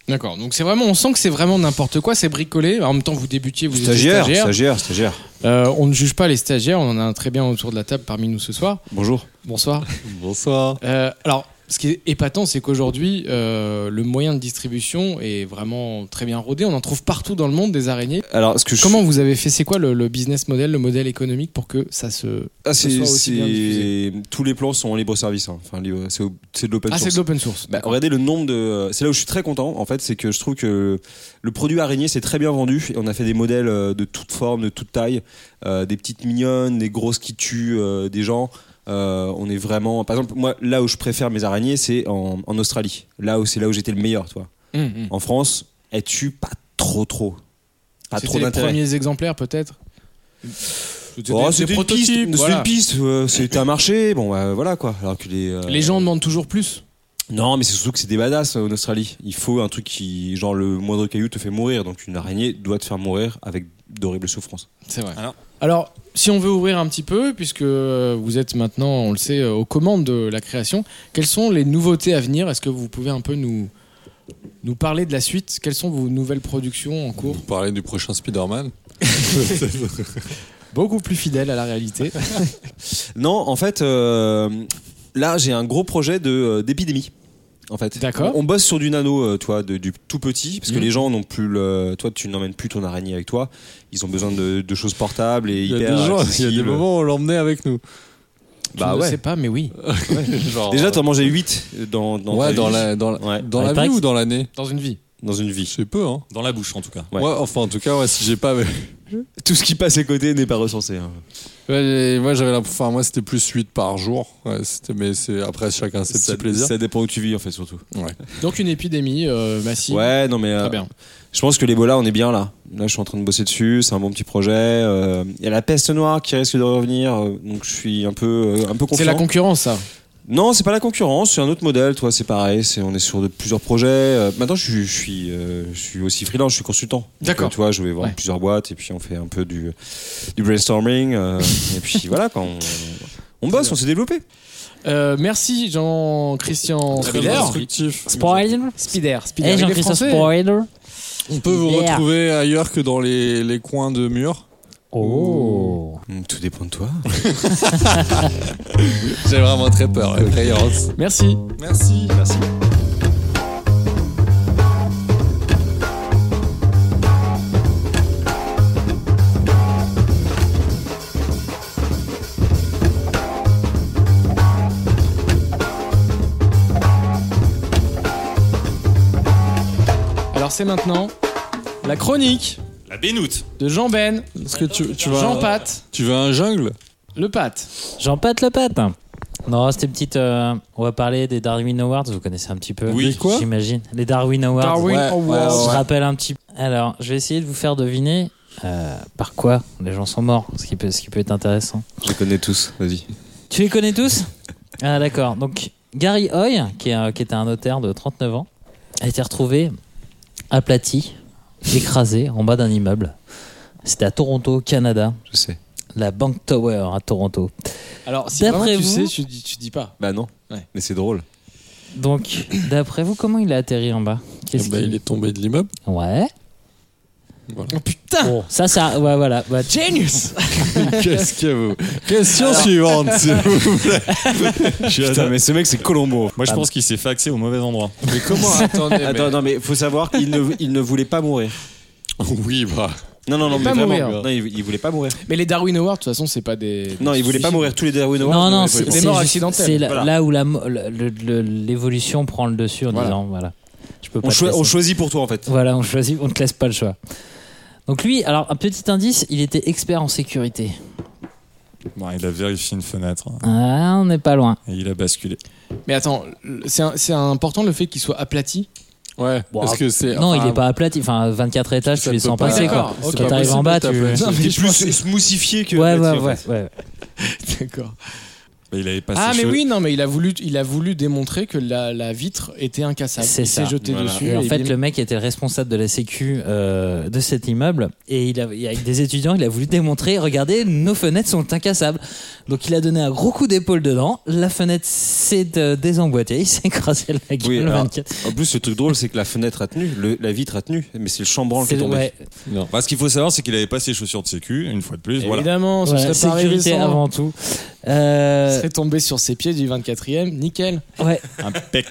d'accord donc c'est vraiment on sent que c'est vraiment n'importe quoi c'est bricolé en même temps vous débutiez vous étiez Stagiaire, stagiaire. stagiaire, stagiaire. Euh, on ne juge pas les stagiaires, on en a un très bien autour de la table parmi nous ce soir. Bonjour. Bonsoir. Bonsoir. Euh, alors, ce qui est épatant, c'est qu'aujourd'hui, euh, le moyen de distribution est vraiment très bien rodé. On en trouve partout dans le monde des araignées. Alors, ce que je- Comment vous avez fait C'est quoi le, le business model, le modèle économique pour que ça se. Ah, c'est- ce soit aussi bien c'est- tous les plans sont en libre service. hein. Enfin, libre- c'est au- c'est de l'open Ah, c'est source. de l'open source. Bah, regardez le nombre de. C'est là où je suis très content, en fait, c'est que je trouve que le produit araignée c'est très bien vendu. Et on a fait des modèles euh, de toutes formes, de toutes tailles, euh, des petites mignonnes, des grosses qui tuent euh, des gens. Euh, on est vraiment. Par exemple, moi, là où je préfère mes araignées, c'est en, en Australie. Là où c'est là où j'étais le meilleur, toi. Hum, hum. En France, elles tuent pas trop, trop. Pas C'était trop les d'intérêt. premiers exemplaires, peut-être Oh, des c'était une piste, prototypes, c'était voilà. une piste, euh, c'était un marché, bon bah, voilà quoi. Alors que les, euh, Les gens demandent toujours plus. Non, mais c'est surtout que c'est des badass euh, en Australie. Il faut un truc qui, genre le moindre caillou te fait mourir, donc une araignée doit te faire mourir avec d'horribles souffrances. C'est vrai. Alors, Alors- si on veut ouvrir un petit peu, puisque euh, vous êtes maintenant, on le sait, euh, aux commandes de la création, quelles sont les nouveautés à venir Est-ce que vous pouvez un peu nous, nous parler de la suite Quelles sont vos nouvelles productions en cours Vous parlez du prochain Spider-Man Beaucoup plus fidèles à la réalité. Non, en fait, euh, là j'ai un gros projet de euh, d'épidémie. En fait, D'accord. On, on bosse sur du nano, euh, toi, de- du tout petit, parce que Mm. Mhm. les gens n'ont plus le. Toi, tu n'emmènes plus ton araignée avec toi. Ils ont besoin de, de choses portables et Il y a hyper des gens, il y a des accessibles. moments où on l'emmenait avec nous. Bah je ne ouais. sais pas, mais oui. Genre, Déjà, t'en mangeais 8 dans, dans, ta ouais, dans vie. la, dans la, Ouais, dans Ah, la il paraît vie que- ou dans l'année Dans une vie. dans une Je vie. sais peu, hein. Dans la bouche, en tout cas. Ouais. Moi, enfin, en tout cas, ouais, si j'ai pas. Tout ce qui passe à côté n'est pas recensé. hein. Ouais, j'ai- moi, j'avais la. Enfin, moi, c'était plus 8 par jour. Ouais, c'était- mais c'est après chacun ses Ça- petits plaisirs. Ça dépend où tu vis en fait surtout. Donc une épidémie euh, massive. Ouais, non mais euh, Très bien. je pense que l'Ebola, on est bien là. Là, je suis en train de bosser dessus. C'est un bon petit projet. euh, Il y a la peste noire qui risque de revenir, euh, donc je suis un peu, euh, un peu C'est confiant. la concurrence, ça. non, c'est pas la concurrence, c'est un autre modèle. Toi, c'est pareil. C'est on est sur de plusieurs projets. Euh, maintenant, je suis, je suis, euh, je suis aussi freelance. Je suis consultant. Donc, D'accord. euh, Tu vois, je vais voir Ouais. plusieurs boîtes et puis on fait un peu du, du brainstorming. euh, et puis voilà, quand on, on bosse, on s'est développé. Euh, merci Jean-Christian Très Spiller. bien. Constructif. Spoiler Spider. Spider. Eh, il est Jean-Christophe français. Spoiler On peut vous Super. retrouver ailleurs que dans les, les coins de murs. Oh Hum, Tout dépend de toi. J'ai vraiment très peur. ouais, Crayons. Merci. Merci. Merci. Alors c'est maintenant la chronique La bénoute. de Jean Ben, Est-ce que tu, tu vas. Jean Pat. Tu veux un jungle Le pâte. J'en pâte le pâte Non, c'était une petite. euh, on va parler des Darwin Awards, vous connaissez un petit peu. Oui. Des quoi J'imagine. Les Darwin Awards. Darwin ouais, Awards. On se ouais. rappelle un petit Alors, je vais essayer de vous faire deviner euh, par quoi les gens sont morts, ce qui peut, ce qui peut être intéressant. Je les connais tous. Vas-y. Tu les connais tous Ah, d'accord. Donc, Gary Hoy, qui, est, euh, qui était un notaire de 39 ans, a été retrouvé aplati, écrasé, en bas d'un immeuble. C'était à Toronto, Canada, Je sais. la Bank Tower à Toronto. Alors, si D'après vraiment tu vous- sais, tu dis, tu dis pas. Bah non. Ouais. Mais c'est drôle. Donc, d'après vous, comment il a atterri en bas Qu'est-ce Bah, qu'il- Il est tombé de l'immeuble. Ouais. Oh putain Bon, ça, ça. Ouais, voilà. Bah, Genius Qu'est-ce que vous Question suivante. s'il vous plaît. Putain, mais ce mec, c'est Colombo. Moi, je Ah pense qu'il s'est faxé au mauvais endroit. Mais comment Attendez. mais- Attends, non, mais faut savoir qu'il ne, il ne voulait pas mourir. Oui, bah. Non, non, Il non, voulait mais pas vraiment. mourir. Non, il, il voulait pas mourir. Mais les Darwin Awards, de toute façon, c'est pas des. Non, il voulait pas mourir. Tous les Darwin Awards. non, ne non, voulaient c'est pas Des c'est morts juste- accidentelles. C'est la- Voilà. là où la mo- le- le- le- l'évolution prend le dessus en Voilà. disant voilà, je peux mourir. pas. On, te choi- laisser. on choisit pour toi, en fait. Voilà, on choisit, on te laisse pas le choix. Donc lui, alors un petit indice, il était expert en sécurité. Bon, il a vérifié une fenêtre hein, Ah, on n'est pas loin. et il a basculé. Mais attends, c'est un- c'est important le fait qu'il soit aplati. Ouais. Bon, parce que c'est. non, il enfin, est pas aplati. Enfin, 24 étages, ça tu les peut sens pas- passer quoi. D'accord, c'est ok. pas Quand t'arrives en possible bas, de tu. t'appeler. Non, mais T'es je plus pense que- smoussifié que. Ouais, Mathieu, ouais, en ouais, fait. ouais. D'accord. Bah, il avait passé Ah, mais chaud. oui, non, mais il a voulu, il a voulu démontrer que la, la vitre était incassable. C'est il ça. s'est jeté Voilà. dessus. Et en et fait, il- le mec était le responsable de la sécu euh, de cet immeuble. Et il a, il- avec des étudiants, il a voulu démontrer regardez, nos fenêtres sont incassables. Donc il a donné un gros coup d'épaule dedans. La fenêtre s'est euh, désemboîtée. Il s'est écrasé la gueule. Oui, alors, 24. En plus, le truc drôle, c'est que la fenêtre a tenu, le- la vitre a tenu, mais c'est le chambranle qui C'est- est tombé. ouais, Bah, ce qu'il faut savoir, c'est qu'il avait pas ses chaussures de sécu, une fois de plus. Voilà. Évidemment, ce voilà, serait pas hein. arrivé sécurité sans. avant tout. Euh, serait tombée sur ses pieds du 24e, nickel. Ouais. Impec.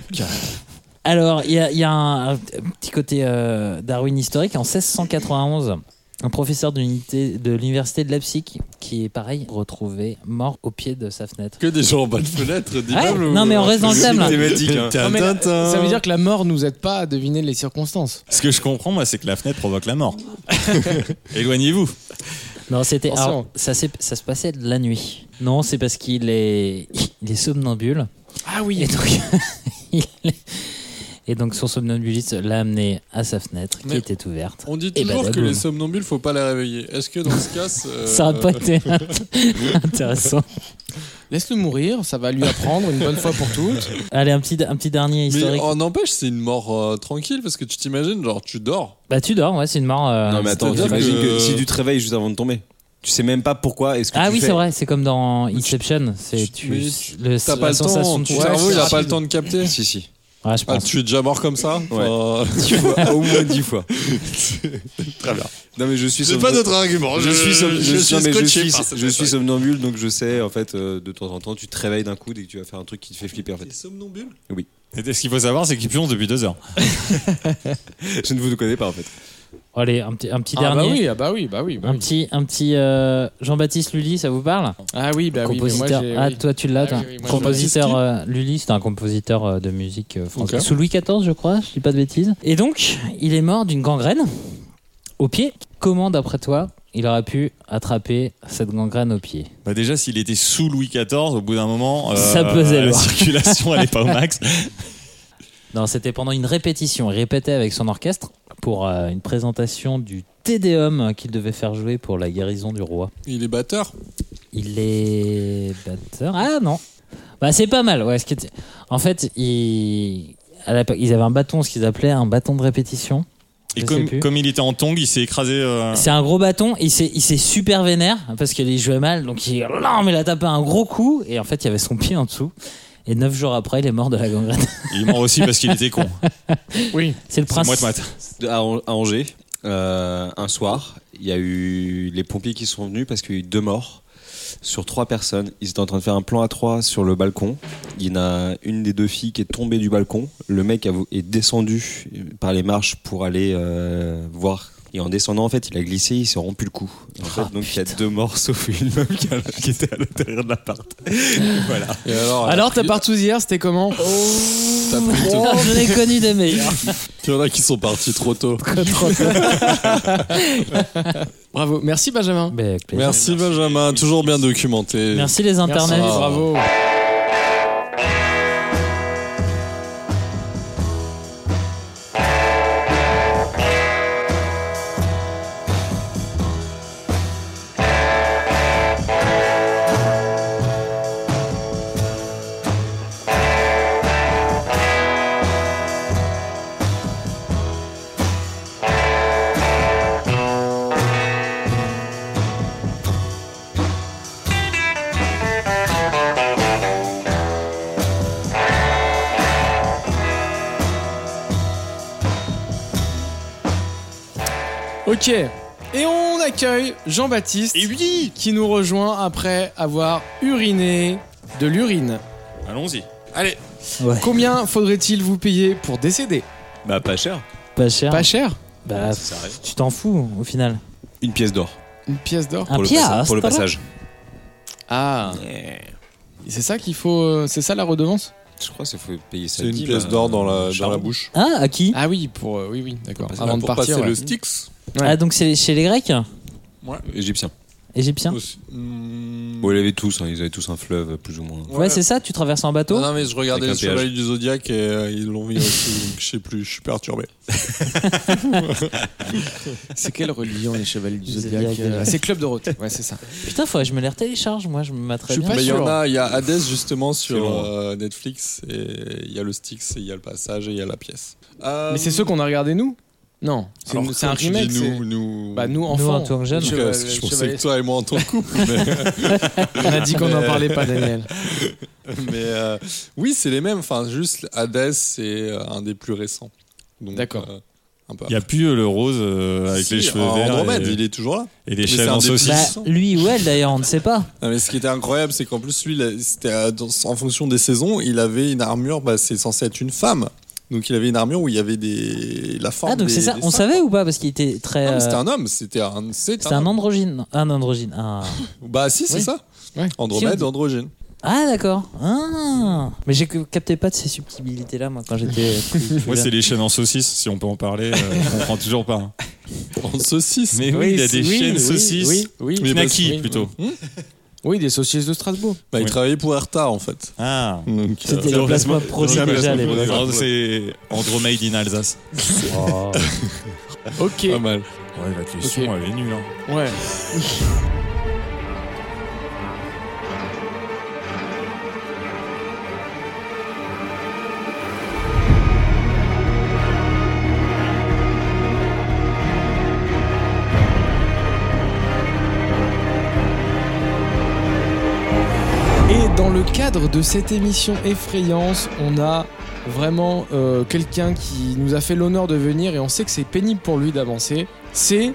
Alors, il y a, il y a un, un petit côté euh, Darwin historique. En 1691, un professeur de l'unité- de l'université de Leipzig, qui est pareil, retrouvé mort au pied de sa fenêtre. Que des gens en bas de fenêtre, Ouais, d'immeuble. non, mais on reste dans le thème là. Thématique. hein. Non, mais la- Tintin. ça veut dire que la mort nous aide pas à deviner les circonstances. Ce que je comprends, moi, c'est que la fenêtre provoque la mort. Éloignez-vous. Non, c'était. Attention. alors, ça, s'est- ça se passait de la nuit. Non, c'est parce qu'il est, il est somnambule. Ah Et donc, il est- et donc son somnambuliste l'a amené à sa fenêtre qui Mais- était ouverte. On dit Eh ben, toujours que daboum. les somnambules, faut pas les réveiller. Est-ce que dans ce cas, c'est- euh, Ça aurait pas été intéressant. Laisse-le mourir, ça va lui apprendre une bonne fois pour toutes. Allez, un petit, un petit dernier Mais historique. on empêche, c'est une mort euh, tranquille parce que tu t'imagines, genre tu dors. Bah, tu dors, ouais, c'est une mort. euh, Non, mais attends, c'est-à-dire t'imagines que- que si tu te réveilles juste avant de tomber, tu sais même pas pourquoi. Est-ce que Ah tu oui, fais- c'est vrai, c'est comme dans Inception. C'est tu- tu, mais tu- le, T'as la pas le sensation temps, de ton tu- cerveau il a c'est pas le rapide. temps de capter. Si, si. Ouais, je Ah, pense. tu es déjà mort comme ça Ouais. Enfin, euh, Tu vois, au moins dix fois. Très bien. Non, mais je suis C'est somno- pas d'autre argument. Je suis, som- je, suis, non, mais je scotché suis- par cette je suis attaque. somnambule, donc je sais, en fait, euh, de temps en temps, tu te réveilles d'un coup dès que tu vas faire un truc qui te fait flipper, en T'es fait. somnambule Et ce qu'il faut savoir, c'est qu'il pionce depuis deux heures. Je ne vous connais pas, en fait. Allez, un petit, un petit Ah bah dernier. oui, ah bah oui, bah oui. bah Un oui. petit, un petit euh, Jean-Baptiste Lully, ça vous parle Ah oui, bah oui, mais moi Compositeur. j'ai. ah, oui. toi, tu l'as, Ah toi. oui, oui, moi, je- compositeur euh, Lully, c'est un compositeur euh, de musique euh, française. Ok. Sous Louis XIV, je crois, je dis pas de bêtises. Et donc, il est mort d'une gangrène au pied. Comment, d'après toi, il aurait pu attraper cette gangrène au pied Bah déjà, s'il était sous Louis XIV, au bout d'un moment, euh, Ça pesait la lourd. circulation, elle est pas au max. Non, c'était pendant une répétition. Il répétait avec son orchestre pour euh, une présentation du Tédéum qu'il devait faire jouer pour la guérison du roi. Il est batteur. Il est batteur. Ah non. Bah c'est pas mal. Ouais, ce qui était- En fait, il- à la- ils avaient un bâton, ce qu'ils appelaient un bâton de répétition. Et Je sais comme, plus. comme il était en tongs, il s'est écrasé. euh, C'est un gros bâton. Il s'est, il s'est super vénère parce qu'il jouait mal. Donc il, non, mais il a tapé un gros coup. Et en fait, il y avait son pied en dessous. Et neuf jours après, il est mort de la gangrène. Il est mort aussi parce qu'il était con. C'est le C'est principe. moite-moite. De- à, An- à Angers, euh, un soir, il y a eu les pompiers qui sont venus parce qu'il y a eu deux morts sur trois personnes. Ils étaient en train de faire un plan à trois sur le balcon. Il y en a une des deux filles qui est tombée du balcon. Le mec a vou- est descendu par les marches pour aller euh, voir. Et en descendant, en fait, il a glissé, il s'est rompu le cou. Et en fait, Ah, donc il y a deux morts, sauf une meuf qui, a- qui était à l'intérieur de l'appart. voilà. Et alors, Alors ta partout hier, c'était comment t'as pris Oh, tôt. je n'ai connu des meilleurs. Il y en a qui sont partis trop tôt. Bravo, merci Benjamin. Mais avec plaisir. Merci Benjamin, toujours bien documenté. Merci les Merci, internets. bravo. Ok, et on accueille Jean-Baptiste qui nous rejoint après avoir uriné de l'urine. Allons-y. Ouais, Combien faudrait-il vous payer pour décéder Bah, pas cher. pas cher. Pas cher Bah, tu t'en fous au final. Une pièce d'or Une pièce d'or Un pour, le piastre, passa- pour le pas mal. passage. Ah, c'est ça qu'il faut. euh, C'est ça la redevance Je crois qu'il faut payer ça. bah, C'est une pièce d'or dans la, dans la bouche. Ah, à qui Ah oui, pour. euh, oui, oui, d'accord. Pour passer- Avant de pour partir. passer ouais. le Styx Ouais. Ah, donc c'est chez les Grecs Égyptien. Égyptiens Ouais, aussi. Hmm. Bon, ils avaient tous, hein, ils avaient tous un fleuve, plus ou moins. Ouais. Ah. c'est ça, tu traverses en bateau Non, non, mais je regardais les Avec un chevaliers du Zodiac et euh, ils l'ont mis aussi, donc je sais plus, je suis perturbé. C'est quelle religion les chevaliers du Les Zodiac Zodiac, euh, ouais. C'est Club Dorothée, ouais, c'est ça. Putain, faudrait que je me les télécharge, moi je me materais Je suis bien. pas Mais il y en sûr. a, il y a Hades justement sur long, hein. euh, Netflix, et il y a le Styx, et il y a le passage, et il y a la pièce. Euh, Mais c'est ceux qu'on a regardé nous Non, c'est alors, une- c'est un quand tu remake. dis c'est- Nous, nous. Bah, nous, Nous, en enfants, tant que jeunes. parce que- le- parce que le je pensais chevalier- que toi et moi en tant que couple, mais, on a dit qu'on n'en parlait pas, Daniel. mais, euh, oui, c'est les mêmes. Enfin, juste Hades, c'est euh, un des plus récents. Donc, D'accord. euh, un peu. Il n'y a plus euh, le rose euh, avec Si, les cheveux en verts. Andromède, et, il est toujours là. et les mais chèvres c'est un en des saucisse. Bah, six. lui ou elle d'ailleurs, on ne sait pas. Non, mais ce qui était incroyable, c'est qu'en plus, lui, là, c'était euh, dans- en fonction des saisons, il avait une armure, bah, c'est censé être une femme. Donc il avait une armure où il y avait des la forme Ah donc des- c'est ça, des on seins. savait ou pas parce qu'il était très. Non, Ah, mais C'était euh, un homme, c'était un. C'est C'était un homme. androgyne, un androgyne. un- Bah si, c'est Oui. ça. Ouais. Andromède, Si on androgène. Ah d'accord. Ah. Mais j'ai que- capté pas de ces subtilités là moi quand j'étais. plus- plus Moi, c'est jeune. les chaînes en saucisse, si on peut en parler. euh, je comprends toujours pas. En saucisse. Mais oui, il y a des chaînes saucisses. Oui, oui. Mais Knacky, oui, plutôt. Oui, des saucisses de Strasbourg. Bah, il Oui. travaillait pour Erta en fait. Ah. Donc, euh, C'était le plasma produit C'est déjà les Andro- C'est Andromade in Alsace. Ok. pas mal. Ouais, la question, Ok. elle est nulle. hein. Ouais. Et dans le cadre de cette émission effrayance, on a vraiment euh, quelqu'un qui nous a fait l'honneur de venir et on sait que c'est pénible pour lui d'avancer. C'est.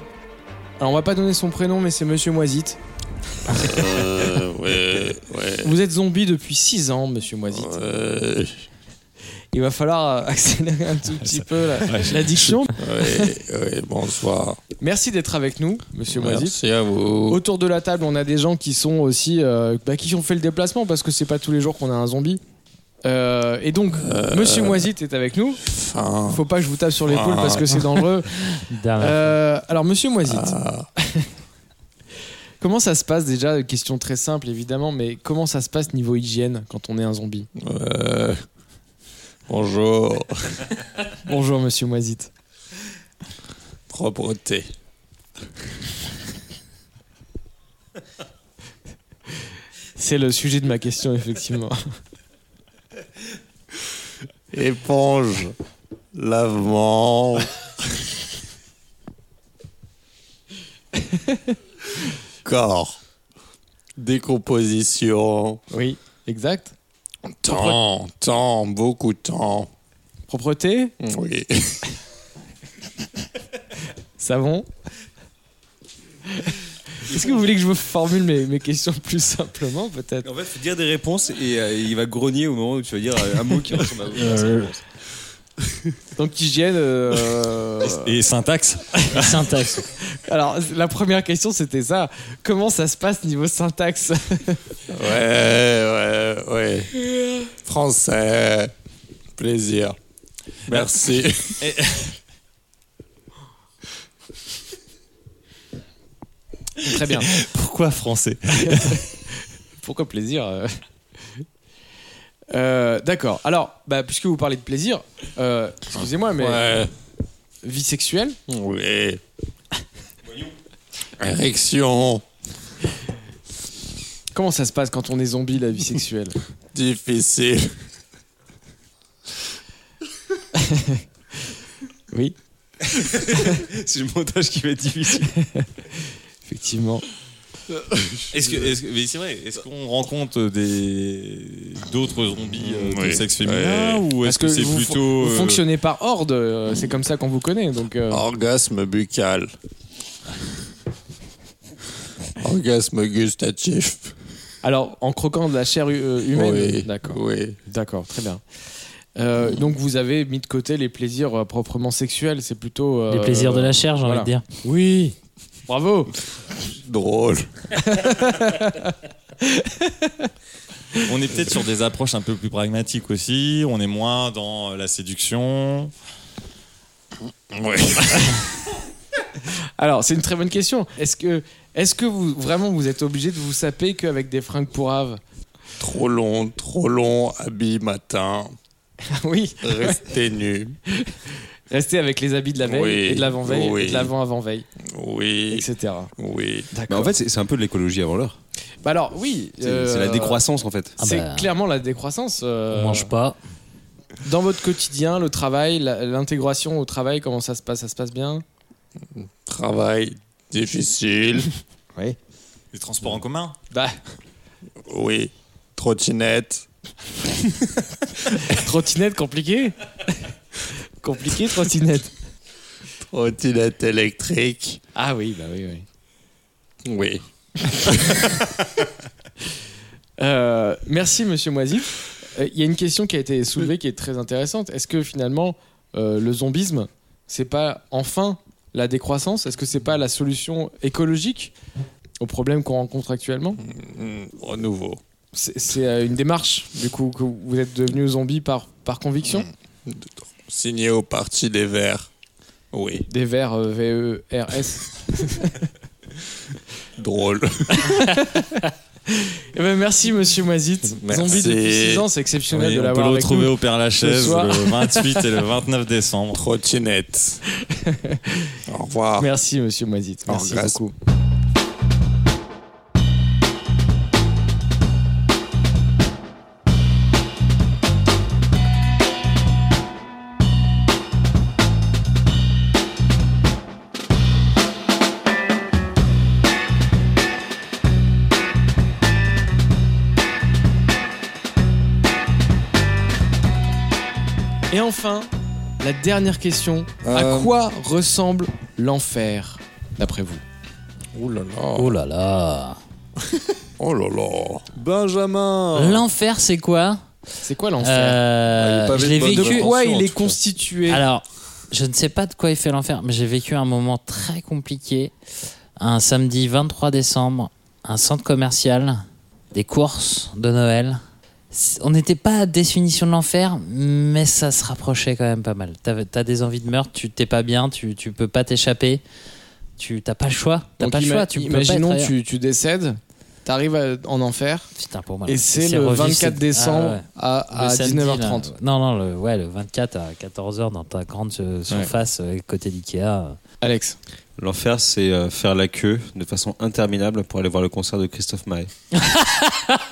Alors on va pas donner son prénom, mais c'est Monsieur Moisite. Euh, ouais, ouais. Vous êtes zombie depuis 6 ans, Monsieur Moisite. Ouais, Il va falloir euh, accélérer un tout petit peu la- Ouais, l'addiction. ouais, ouais, bonsoir. Merci d'être avec nous, Monsieur Moisite. Merci à vous. Autour de la table, on a des gens qui sont aussi euh, bah, qui ont fait le déplacement parce que c'est pas tous les jours qu'on a un zombie. Euh, et donc, Monsieur Moisite est avec nous. Enfin, Faut pas que je vous tape sur l'épaule Ah. parce que c'est dangereux. Dernière- Euh, alors, Monsieur Moisite, ah, comment ça se passe déjà Question très simple évidemment, mais comment ça se passe niveau hygiène quand on est un zombie ouais. euh, Bonjour, Bonjour Monsieur Moisite. propreté. C'est le sujet de ma question effectivement. Éponge, lavement. Corps, décomposition. Oui, exact. Temps, temps, beaucoup de temps. Propreté, Oui. savon. Est-ce que vous voulez que je vous formule mes, mes questions plus simplement peut-être En fait, faut dire des réponses et euh, il va grogner au moment où tu vas dire euh, un mot qui ressemble à à sa réponse. Donc hygiène. euh, Et syntaxe syntaxe. Alors la première question c'était ça. Comment ça se passe niveau syntaxe Ouais, ouais, ouais. Français. Plaisir. Merci. Très bien. Pourquoi français Pourquoi plaisir euh Euh, D'accord. Alors, bah, puisque vous parlez de plaisir, euh, excusez-moi, mais Ouais. vie sexuelle, Oui. Érection. comment ça se passe quand on est zombie la vie sexuelle Difficile. Oui, C'est le montage qui va être difficile. effectivement. Est-ce que, est-ce que- mais c'est vrai, est-ce qu'on rencontre des d'autres zombies euh, de Oui. sexe féminin ou Parce est-ce que, que c'est vous plutôt Vous euh, fonctionnez par horde, euh, c'est comme ça qu'on vous connaît. Donc, euh, Ah. Orgasme buccal. Orgasme gustatif. alors, en croquant de la chair hu- euh, humaine, Oui. d'accord, Oui. d'accord, très bien. Euh, donc, vous avez mis de côté les plaisirs euh, proprement sexuels, c'est plutôt euh, Les plaisirs de la chair, j'ai voilà. envie de dire. Oui, bravo. Drôle. On est peut-être sur des approches un peu plus pragmatiques aussi. On est moins dans la séduction. Oui. Alors, c'est une très bonne question. Est-ce que, est-ce que vous vraiment vous êtes obligé de vous saper qu'avec des fringues pour Ave Trop long, trop long. Habit matin. Oui, Rester nu. rester avec les habits de la veille Oui, et de l'avant veille oui. et de l'avant avant veille, Oui. etc. Oui. Mais D'accord. Bah, en fait, c'est c'est un peu de l'écologie avant l'heure. Bah alors oui, C'est euh, c'est la décroissance en fait. Ah c'est bah. clairement la décroissance. euh, On mange pas. Dans votre quotidien, le travail, la- l'intégration au travail, comment ça se passe Ça se passe bien Travail difficile. Les transports en commun Bah, Oui. Trottinette. trottinette compliqué Compliqué trottinette. trottinette électrique. Ah oui, bah oui, oui. Oui. Euh, merci, monsieur Moisif. Euh, Il y a une question qui a été soulevée qui est très intéressante. Est-ce que finalement, euh, le zombisme, c'est pas enfin la décroissance Est-ce que c'est pas la solution écologique au problème qu'on rencontre actuellement Mm, Au nouveau. C'est c'est, euh, une démarche, du coup, que vous êtes devenu zombie par, par conviction Mm. Signé au Parti des Verts. Oui. Des vers euh, V-E-R-S. Drôle. Eh ben, merci, monsieur Moisit. Merci. Zombie depuis 6 ans, c'est exceptionnel Oui, de on peut le l'avoir avec retrouver nous. au Père Lachaise soir. le 28 et le 29 décembre. Trottinette. Au revoir. Merci, monsieur Moisit. Merci grâce. beaucoup. Et enfin, la dernière question. À Euh, quoi ressemble l'enfer, d'après vous Oh là là. Oh là là. Oh là là. Benjamin L'enfer, c'est quoi C'est quoi l'enfer Euh, Ah, il est pas Je avec l'ai bonne vécu. De attention, quoi en il tout est cas. constitué Alors, je ne sais pas de quoi il fait l'enfer, mais j'ai vécu un moment très compliqué. Un samedi 23 décembre, un centre commercial, des courses de Noël. C'est- On n'était pas à définition de l'enfer, mais ça se rapprochait quand même pas mal. T'as t'as des envies de meurtre, tu t'es pas bien, tu, tu peux pas t'échapper, tu t'as pas le choix, t'as Donc pas le ima- choix. Tu peux pas être imaginons, ailleurs. tu, tu décèdes, t'arrives à- en enfer, Putain, pour moi, et là, c'est le revivre, 24 c'est- décembre Ah ouais. à, à Le samedi, 19h30. là. non, non, le, ouais, le 24 à 14h dans ta grande euh, surface euh, côté d'Ikea. Alex, L'enfer, c'est euh, faire la queue de façon interminable pour aller voir le concert de Christophe Maé. Parce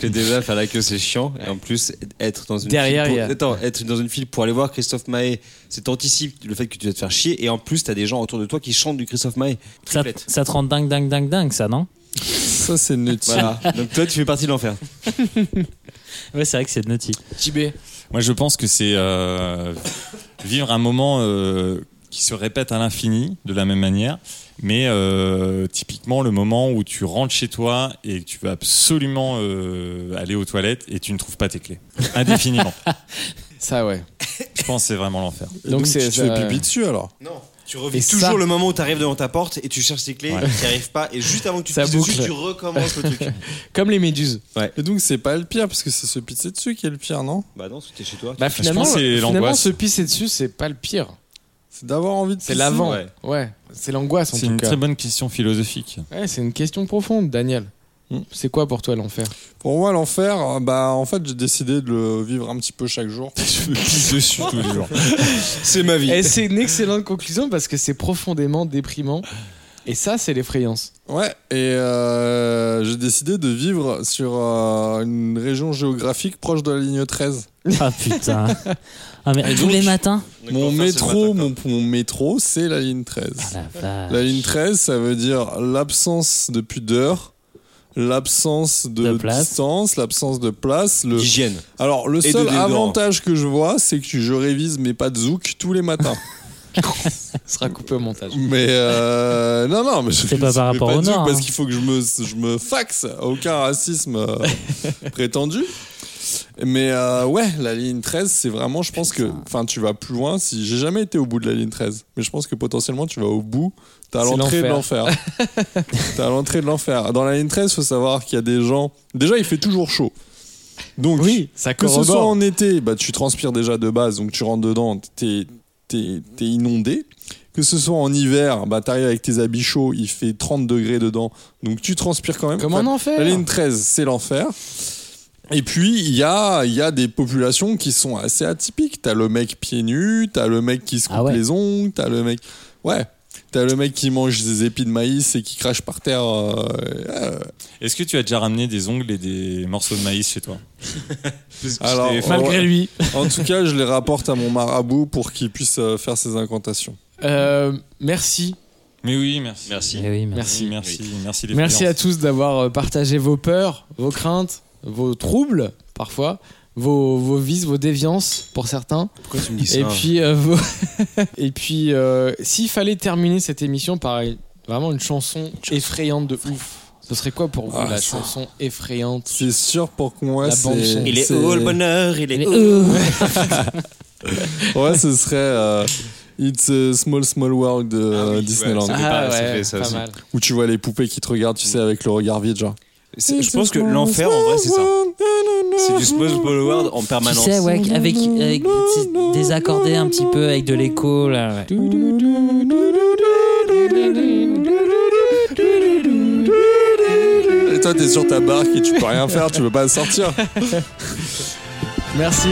que déjà, faire la queue, c'est chiant. Et en plus, être dans une Derrière, file il y pour... a- Attends, être dans une file pour aller voir Christophe Maé, c'est t'anticipe le fait que tu vas te faire chier. Et en plus, t'as des gens autour de toi qui chantent du Christophe Maé. Ça, ça te rend dingue, dingue, dingue, dingue, ça, non Ça, c'est Nutty. Voilà. Donc toi, tu fais partie de l'enfer. Ouais, c'est vrai que c'est de naughty. JB, Moi, je pense que c'est euh, vivre un moment euh, qui se répète à l'infini de la même manière, mais euh, typiquement le moment où tu rentres chez toi et que tu veux absolument euh, aller aux toilettes et tu ne trouves pas tes clés indéfiniment. ça ouais. je pense que c'est vraiment l'enfer. Et Donc, c'est tu te fais ça- pipi dessus alors Non, tu revis Et toujours ça- le moment où tu arrives devant ta porte et tu cherches tes clés, Ouais. tu n'y arrives pas, et juste avant que tu te Ça pisses dessus, boucle. tu recommences le truc. Comme les méduses. Et donc, c'est pas le pire, parce que c'est se pisser dessus qui est le pire, non bah non, c'était chez toi. Bah finalement, pense que c'est finalement l'angoisse. se pisser dessus, c'est pas le pire. C'est d'avoir envie de C'est pisser. l'avant. Ouais, ouais. c'est l'angoisse en C'est tout une cas. très bonne question philosophique. Ouais, c'est une question profonde, Daniel. Hmm. C'est quoi pour toi l'enfer Pour moi, l'enfer, bah, en fait, j'ai décidé de le vivre un petit peu chaque jour. Je me pisse dessus tous les jours. C'est ma vie. Et c'est une excellente conclusion parce que c'est profondément déprimant. Et ça, c'est l'effrayance. Ouais, et euh, j'ai décidé de vivre sur euh, une région géographique proche de la ligne 13. Ah putain. Ah, mais Et tous donc- Ah, les matins Mon métro, mon, mon métro, c'est la ligne 13. Ah, la vache. La ligne 13, ça veut dire l'absence de pudeur, l'absence De de, place. distance, l'absence de place. Le... Hygiène. Alors, le Et de seul déodorant. avantage que je vois, c'est que je révise mes pas de zouk tous les matins. Ça sera coupé au montage. mais euh, non, non, mais je C'est pas révise par mes rapport pas au de zouk Nord, Parce hein. qu'il faut que je me, je me faxe à aucun racisme euh, prétendu. Mais euh, ouais, la ligne 13, c'est vraiment, je pense que, enfin, tu vas plus loin. Si j'ai jamais été au bout de la ligne 13, mais je pense que potentiellement tu vas au bout. T'es à C'est l'entrée de l'enfer. l'enfer. T'es à l'entrée de l'enfer. Dans la ligne 13, faut savoir qu'il y a des gens. Déjà, il fait toujours chaud. Donc, Oui, ça que ce corrobore. soit en été, bah, tu transpires déjà de base, donc tu rentres dedans, t'es t'es- t'es inondé. Que ce soit en hiver, bah, t'arrives avec tes habits chauds, il fait 30 degrés dedans, donc tu transpires quand même. Comment Enfin, en enfer La ligne 13, c'est l'enfer. Et puis, il y a, il y a des populations qui sont assez atypiques. T'as le mec pieds nus, t'as le mec qui se coupe Ah ouais. les ongles, t'as le mec. Ouais. T'as le mec qui mange des épis de maïs et qui crache par terre. euh, euh, Est-ce que tu as déjà ramené des ongles et des morceaux de maïs chez toi Alors, Malgré ouais. lui. En tout cas, je les rapporte à mon marabout pour qu'il puisse euh, faire ses incantations. Euh, merci. Mais oui, merci. Merci. Eh oui, mais- Merci. Merci, merci, merci. des Merci à freelances. tous d'avoir euh, partagé vos peurs, vos craintes, vos troubles parfois vos, vos vices, vos déviances pour certains. Pourquoi tu me dis ça Et puis, euh, vos- et puis euh, s'il fallait terminer cette émission par vraiment une chanson effrayante de ouf, ce serait quoi pour vous Ah, la ça. chanson effrayante C'est sûr pour que moi, La bande son. c'est. Il est c'est- haut le bonheur, il est haut. Ouais, ce serait euh, It's a Small Small World de Ah oui, euh, ouais, Disneyland. ça fait pas- ça fait ça pas aussi. mal. Où tu vois les poupées qui te regardent, tu sais, avec le regard vide, genre. C'est- Je pense que l'enfer, en vrai, c'est ça. C'est du Small Small World en Tu permanence. sais, ouais, avec, avec c'est désaccordé un petit peu, avec de l'écho. Là, ouais. Et toi, t'es sur ta barque et tu peux rien faire, tu peux pas sortir. Merci.